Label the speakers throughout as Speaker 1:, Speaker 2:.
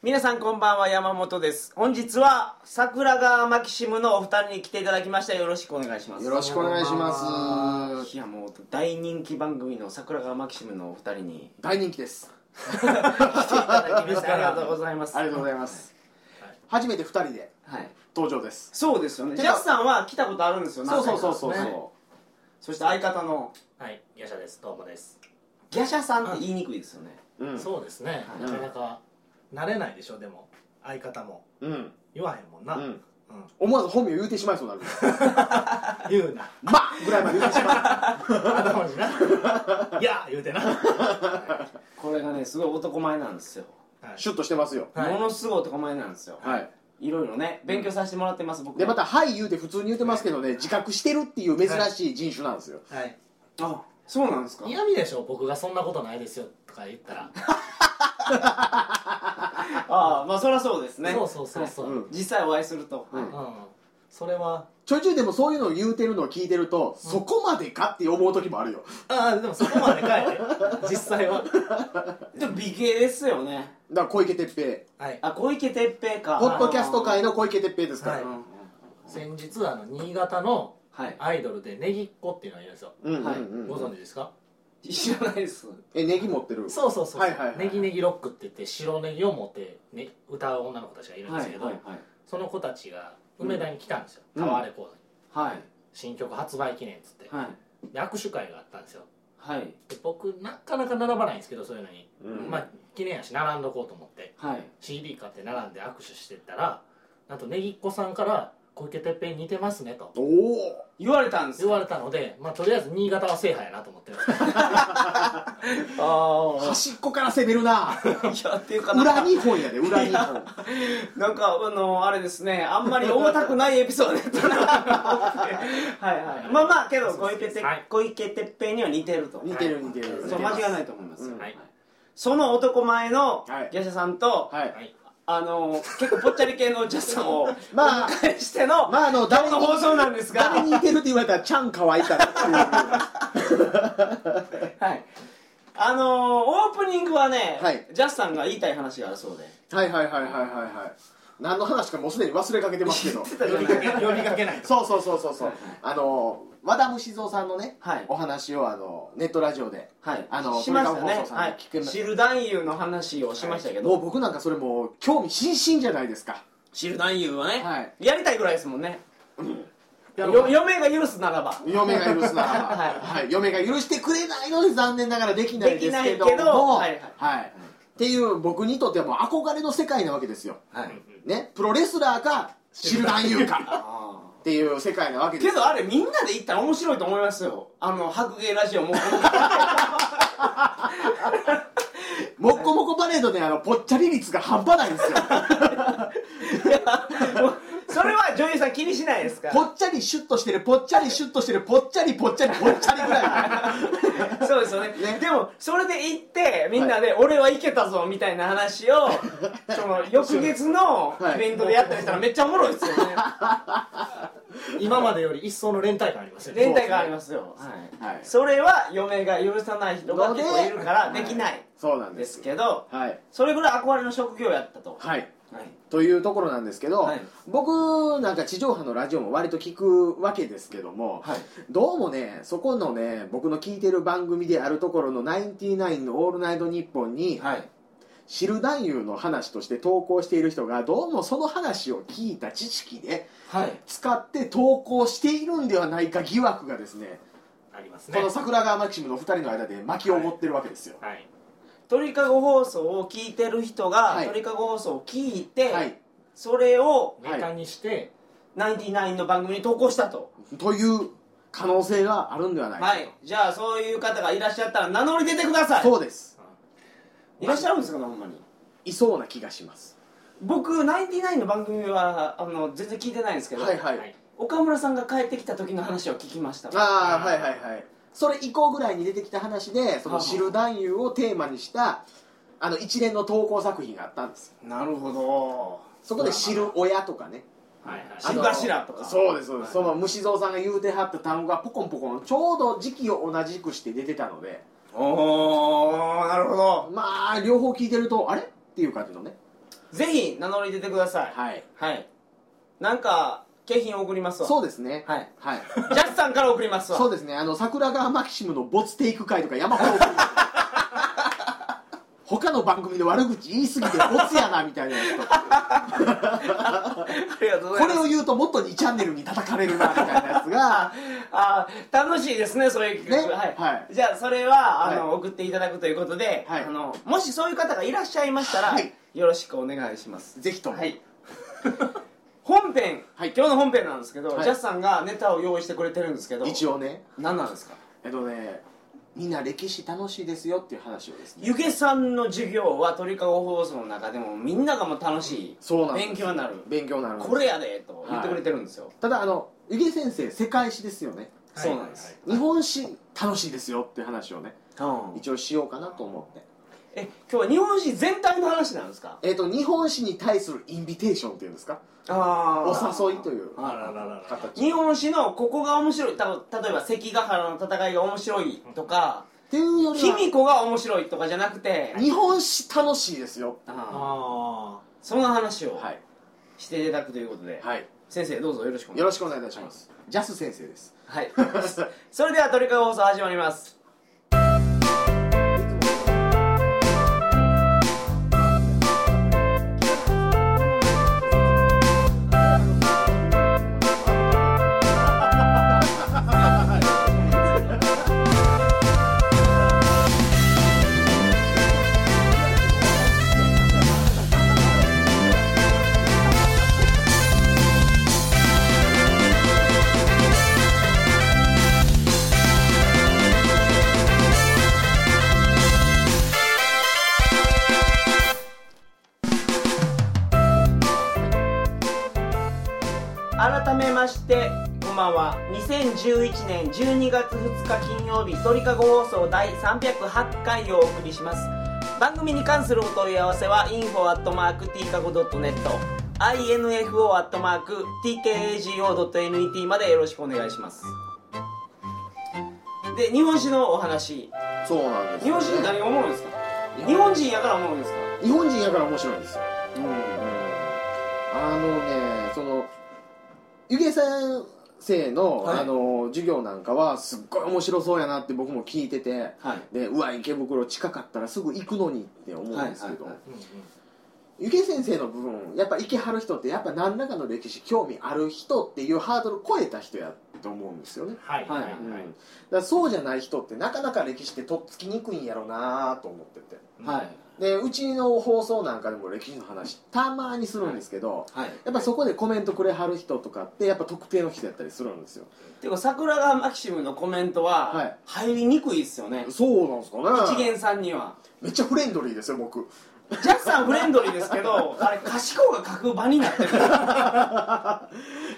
Speaker 1: 皆さんこんばんは山本です本日は桜川マキシムのお二人に来ていただきましたよろしくお願いします
Speaker 2: よろしくお願いしま
Speaker 1: い
Speaker 2: す
Speaker 1: やもう大人気番組の桜川マキシムのお二人に
Speaker 2: 大人気です
Speaker 1: 来ていただきましてありがとうございます
Speaker 2: ありがとうございます、初めて2人で
Speaker 1: はい
Speaker 2: 登場です
Speaker 1: そうですよね
Speaker 2: て
Speaker 1: ジ
Speaker 2: か
Speaker 1: ャスさんは来たことあるんですよ
Speaker 2: そうそう
Speaker 1: 何回か
Speaker 2: そうそう
Speaker 1: ねそして相方の
Speaker 3: はい、ギャシャです。どうもです。
Speaker 1: ギャシャさんって言いにくいですよね
Speaker 2: うん
Speaker 3: そうですね。
Speaker 1: はい
Speaker 3: なかなか慣れないでしょ。でも相方も
Speaker 2: うん
Speaker 3: 言わへんもんな。
Speaker 2: う
Speaker 3: うん
Speaker 2: ん思わず本名言うてしまいそうになる
Speaker 3: 言うな。
Speaker 2: まあぐらいまで言うてしま
Speaker 3: 頭に な。いや言うてな。は
Speaker 1: これがねすごい男前なんですよ、
Speaker 3: いは
Speaker 2: う
Speaker 3: い
Speaker 2: シュッとしてますよ
Speaker 3: はい
Speaker 1: ものすごい男前なんですよ
Speaker 2: はい
Speaker 1: いろいろね勉強させてもらってます、僕
Speaker 2: でま
Speaker 1: た
Speaker 2: た「はい」言うて普通に言うてますけどね自覚してるっていう珍しい人種なんですよ
Speaker 3: はい。
Speaker 1: あそうなんですか
Speaker 3: 嫌味でしょ。僕がそんなことないですよとか言ったら。
Speaker 1: ああまあそりゃそうですね
Speaker 3: そうそうそうそうう。
Speaker 2: ん
Speaker 3: うん。
Speaker 1: 実際お会いすると、
Speaker 2: うん
Speaker 3: それは
Speaker 2: ちょいちょいでもそういうのを言うてるのを聞いてるとそこまでかって思う時もあるよ
Speaker 3: ああでもそこまでかいね。実際は。
Speaker 1: でも美形ですよね
Speaker 2: だから小池徹平
Speaker 3: はい。
Speaker 1: あ小池徹平か
Speaker 2: ポッドキャスト界の小池徹平ですから
Speaker 3: はい
Speaker 1: うん
Speaker 3: 先日あの新潟の
Speaker 1: はい
Speaker 3: アイドルでネギっ子っていうのがいるんですよ。
Speaker 2: うんうん
Speaker 1: はい
Speaker 2: うん
Speaker 3: ご存知ですか？
Speaker 1: 知らないです
Speaker 2: えネギ持ってる
Speaker 3: そうそうそう、
Speaker 2: はいはいはい
Speaker 3: ネギネギロックって言って白ネギを持って、ね、歌う女の子たちがいるんですけど、
Speaker 1: はい
Speaker 3: その子たちが梅田に来たんですよ、
Speaker 2: うん
Speaker 3: タワーレコードに
Speaker 1: はい
Speaker 3: 新曲発売記念っつって、
Speaker 1: はい
Speaker 3: で握手会があったんですよ
Speaker 1: はい
Speaker 3: で僕なかなか並ばないんですけどそういうのに、
Speaker 2: うん
Speaker 3: まあ記念やし並んどこうと思って
Speaker 1: はい
Speaker 3: CD 買って並んで握手してったらなんとネギっ子さんから「小池てっぺん似てますね」と
Speaker 2: おお
Speaker 1: 言われたんです
Speaker 3: 言
Speaker 1: よ
Speaker 3: われたので、まあ、とりあえず新潟は制覇やなと思ってます
Speaker 1: あ
Speaker 2: 端っこから攻めるな
Speaker 1: あいやっていうかなん
Speaker 2: 裏
Speaker 1: か
Speaker 2: 2本やで裏2本
Speaker 1: なんかあのあれですねあんまり重たくないエピソードやったなはいはいまあまあけど小池て、
Speaker 3: はい
Speaker 1: 小池徹平には似てると
Speaker 2: 似てる似てる
Speaker 1: そう間違いないと思います、
Speaker 2: うん
Speaker 3: はい
Speaker 1: その男前の
Speaker 2: はい
Speaker 1: 芸者さんと、
Speaker 2: は
Speaker 3: はいい
Speaker 1: あの結構ぽっちゃり系のお茶さんを
Speaker 2: まあ
Speaker 1: お迎えしての、
Speaker 2: まああの誰
Speaker 1: こ
Speaker 2: に
Speaker 1: の放送なんですが、
Speaker 2: 誰に似てるって言われたらちゃん可愛いからっていう
Speaker 1: はい、あのオープニングはね、
Speaker 2: はい
Speaker 1: ジャスさんが言いたい話があるそうで
Speaker 2: はいはいはいはいはいはい何の話かもうすでに忘れかけてますけど
Speaker 1: たじゃ
Speaker 3: 呼
Speaker 1: ない
Speaker 3: びかけ呼びかけないと
Speaker 2: そうそうそうそうそうあの和田虫蔵さんのね、
Speaker 1: はい
Speaker 2: お話をあのネットラジオで
Speaker 1: はい
Speaker 2: あの
Speaker 1: しました
Speaker 2: これ
Speaker 1: ね
Speaker 2: から放送さん
Speaker 1: はい
Speaker 2: 聞きました
Speaker 1: 知る男優の話をしましたけど、
Speaker 2: もう僕なんかそれもう興味津々じゃないですか
Speaker 1: 知る男優はね、
Speaker 2: はい
Speaker 1: やりたいぐらいですもんね
Speaker 3: や
Speaker 1: よ
Speaker 3: ろうか
Speaker 1: 嫁が許すならば
Speaker 2: 嫁が許すならば、
Speaker 1: は
Speaker 2: はいい嫁が許してくれないので残念ながらできないですけども
Speaker 1: できないけどはいはい
Speaker 2: はいっていう僕にとってはもう憧れの世界なわけですよ、
Speaker 1: はい
Speaker 2: ね、プロレスラーか知る男優か
Speaker 1: あ
Speaker 2: っていう世界なわけ
Speaker 1: ー
Speaker 2: です
Speaker 1: け
Speaker 2: よ
Speaker 1: どあれみんなで行ったら面白いと思いますよあの白芸ラジオ もう
Speaker 2: もっこもこパレードであのぽっちゃり率が半端ないんですよ
Speaker 1: それは女優さん気にしないですから
Speaker 2: ぽっちゃりシュッとしてるぽっちゃりシュッとしてるぽっちゃりぽっちゃりぽっちゃりぐら い
Speaker 1: そうですよね
Speaker 2: ね
Speaker 1: でもそれで行ってみんなで「俺はいけたぞ」みたいな話 をその翌月の
Speaker 2: はい
Speaker 1: イベントでやったりしたらめっちゃおもろいですよね
Speaker 3: 今までより一層の連帯感ありますよね
Speaker 1: 連帯がありますよはい
Speaker 2: はい
Speaker 1: それは嫁が許さない人が
Speaker 2: ので
Speaker 1: 結構いるからできない
Speaker 2: そうなんで
Speaker 1: ですすけど
Speaker 2: はい
Speaker 1: それぐらい憧れの職業やったと
Speaker 2: はい
Speaker 1: はい
Speaker 2: というところなんですけど、
Speaker 1: はい
Speaker 2: 僕なんか地上波のラジオも割と聞くわけですけども、
Speaker 1: はい
Speaker 2: どうもねそこのね僕の聞いてる番組であるところの「ナインティナインのオールナイトニッポン」に
Speaker 1: はい
Speaker 2: 知る男優の話として投稿している人がどうもその話を聞いた知識で
Speaker 1: はい
Speaker 2: 使って投稿しているんではないか疑惑がですね
Speaker 3: ありますね
Speaker 2: この桜川マキシムの2人の間で巻きを持ってるわけですよ、
Speaker 3: はい
Speaker 1: 鳥かご放送を聞いてる人
Speaker 2: は
Speaker 1: が
Speaker 2: い
Speaker 1: 鳥かご放送を聞いて
Speaker 2: はい
Speaker 1: それを
Speaker 3: ネタにして、
Speaker 1: ナインティナインの番組に投稿したと
Speaker 2: という可能性があるんではないかと、
Speaker 1: はい、じゃあそういう方がいらっしゃったら名乗り出てください
Speaker 2: そうです
Speaker 1: いらっしゃるんですかねほんまに
Speaker 2: いそうな気がします
Speaker 1: 僕ナインティナインの番組はあの全然聞いてないんですけど、
Speaker 2: はいはい、
Speaker 3: はい
Speaker 1: 岡村さんが帰ってきた時の話を聞きました
Speaker 2: ああはいはいはいそれ以降ぐらいに出てきた話でそ
Speaker 1: はあは
Speaker 2: の
Speaker 1: あ
Speaker 2: 知る男優をテーマにしたあの一連の投稿作品があったんです
Speaker 1: なるほど
Speaker 2: そこで知る親とかね
Speaker 3: はいはい
Speaker 1: 知る頭とか
Speaker 2: そうですそうですその虫蔵さんが言うてはった単語がポコンポコンちょうど時期を同じくして出てたので
Speaker 1: おおなるほど
Speaker 2: まあ両方聞いてるとあれっていう感じのね
Speaker 1: ぜひ名乗り出てください
Speaker 2: はい
Speaker 1: はいなんか景品送りますわ
Speaker 2: そうですね
Speaker 1: はい
Speaker 2: はい
Speaker 1: ジャスさんから送りますわ
Speaker 2: そうですねあの桜川マキシムのボツテイク会とか山 ほど送る他の番組の悪口言いすぎてボツやなみたいなやつとか
Speaker 1: ありがとうござ
Speaker 2: こ
Speaker 1: いま
Speaker 2: れ
Speaker 1: す
Speaker 2: を言うともっと2チャンネルに叩かれるなみたいなやつが
Speaker 1: あ楽しいですねそういう企画、
Speaker 2: ね
Speaker 1: はい
Speaker 2: はい
Speaker 1: じゃあそれはあの、
Speaker 2: は
Speaker 1: 送っていただくということで、
Speaker 2: はい
Speaker 1: あのもしそういう方がいらっしゃいましたら、
Speaker 2: はい
Speaker 1: よろしくお願いします
Speaker 2: ぜひとも、
Speaker 1: はい本編、
Speaker 2: はい
Speaker 1: 今日の本編なんですけど、
Speaker 2: はい
Speaker 1: ジャスさんがネタを用意してくれてるんですけど
Speaker 2: 一応ね
Speaker 1: 何なんですか
Speaker 2: えっとねみんな歴史楽しいですよっていう話をですね
Speaker 1: ゆげさんの授業は鳥かご放送の中でもみんながもう楽しい
Speaker 2: そうなんです
Speaker 1: 勉強になる
Speaker 2: 勉強になるんです
Speaker 1: これやでと言ってくれてるんですよ、
Speaker 2: ただあの湯気先生世界史ですよね
Speaker 1: そうなんです
Speaker 2: 日本史楽しいですよっていう話をね
Speaker 1: うん
Speaker 2: 一応しようかなと思って
Speaker 1: え今日は日本史全体の話なんですか
Speaker 2: えっ、と日本史に対するインビテーションっていうんですか
Speaker 1: あー
Speaker 2: お誘いという
Speaker 1: あ
Speaker 3: あ
Speaker 1: ら
Speaker 3: らららら
Speaker 2: 形
Speaker 1: 日本史のここが面白いた例えば関ヶ原の戦いが面白いとか
Speaker 2: っていうより
Speaker 1: 卑弥
Speaker 2: は
Speaker 1: 呼が面白いとかじゃなくて
Speaker 2: 日本史楽しいですよ
Speaker 1: あー
Speaker 3: あ
Speaker 1: そんな話を
Speaker 2: はい
Speaker 1: していただくということで、
Speaker 2: はい
Speaker 1: 先生どうぞよろしくお
Speaker 2: よ
Speaker 1: 願い
Speaker 2: ろ
Speaker 1: し
Speaker 2: しくお願いいたします、ジャス先生です
Speaker 1: ますはい それでは「鳥かご放送」始まります改めましてこんばんは2011年12月2日金曜日鳥かご放送第308回をお送りします番組に関するお問い合わせは info.tkago.net info.tkago.net までよろしくお願いしますで日本史のお話
Speaker 2: そうなんです
Speaker 1: 日本史って何が思うんですか日本人やから思うんですか
Speaker 2: 日本人やから面白いんですよ
Speaker 1: うん
Speaker 2: あのねその湯気先生の,、
Speaker 1: はい
Speaker 2: あの授業なんかはすっごい面白そうやなって僕も聞いてて
Speaker 1: はい
Speaker 2: でうわ池袋近かったらすぐ行くのにって思うんですけど、
Speaker 1: はいはいはい
Speaker 3: ーうんうん
Speaker 2: ゆけ先生の部分やっぱ池はる人ってやっぱ何らかの歴史興味ある人っていうハードル超えた人やと思うんですよね、
Speaker 3: はいはいはい
Speaker 2: うんだからそうじゃない人ってなかなか歴史ってとっつきにくいんやろなと思ってて
Speaker 1: はい
Speaker 2: でうちの放送なんかでも歴史の話たまにするんですけど、
Speaker 1: はい
Speaker 2: やっぱそこでコメントくれはる人とかってやっぱ特定の人やったりするんですよ
Speaker 1: ていうか桜川マキシムのコメント
Speaker 2: は
Speaker 1: はい入りにくいですよね、
Speaker 2: そうなんですか
Speaker 1: 一元さんには
Speaker 2: めっちゃフレンドリーですよ僕
Speaker 1: ジャスさんフレンドリーですけどあれ賢いが書く場になって る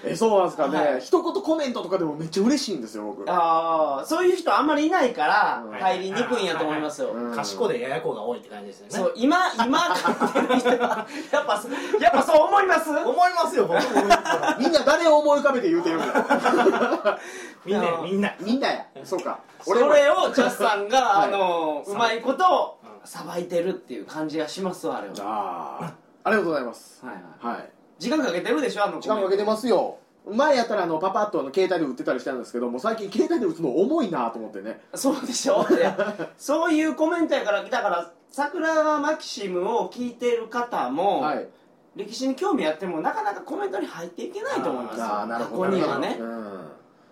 Speaker 2: えそうなんですかね、
Speaker 1: はい
Speaker 2: 一言コメントとかでもめっちゃ嬉しいんですよ僕
Speaker 1: ああそういう人あんまりいないから
Speaker 2: うん
Speaker 1: 入りにくいんやと思いますよ、
Speaker 2: うん
Speaker 3: 賢でややこが多いって感じですよね
Speaker 1: そう今今書いてる人はやっぱそうやっぱそう思います
Speaker 3: 思いますよ僕
Speaker 2: みんな誰を思い浮かべて言うてるんだ
Speaker 3: みんなよみんな
Speaker 2: みんなやそうか
Speaker 1: そ
Speaker 2: 俺も
Speaker 1: れをジャスさんが、
Speaker 2: はい
Speaker 1: あのうまいことを
Speaker 3: うん
Speaker 1: さばいてるっていう感じがしますわあれは、はい
Speaker 2: あーありがとうございます
Speaker 1: はい、
Speaker 2: はい
Speaker 1: 時間かけてるでしょあの
Speaker 2: 時間かけてますよ前やったらあのパパッとあの携帯で売ってたりしたんですけどもう最近携帯で打つの重いなと思ってね
Speaker 1: そうでしょいやそういうコメントやからだから桜川マキシムを聞いてる方も、
Speaker 2: はい
Speaker 1: 歴史に興味あってもなかなかコメントに入っていけないと思いますよ
Speaker 2: ああなるほ
Speaker 1: こ
Speaker 2: ど
Speaker 1: こに
Speaker 2: なる
Speaker 1: は
Speaker 2: ほど
Speaker 1: ね、
Speaker 2: うん、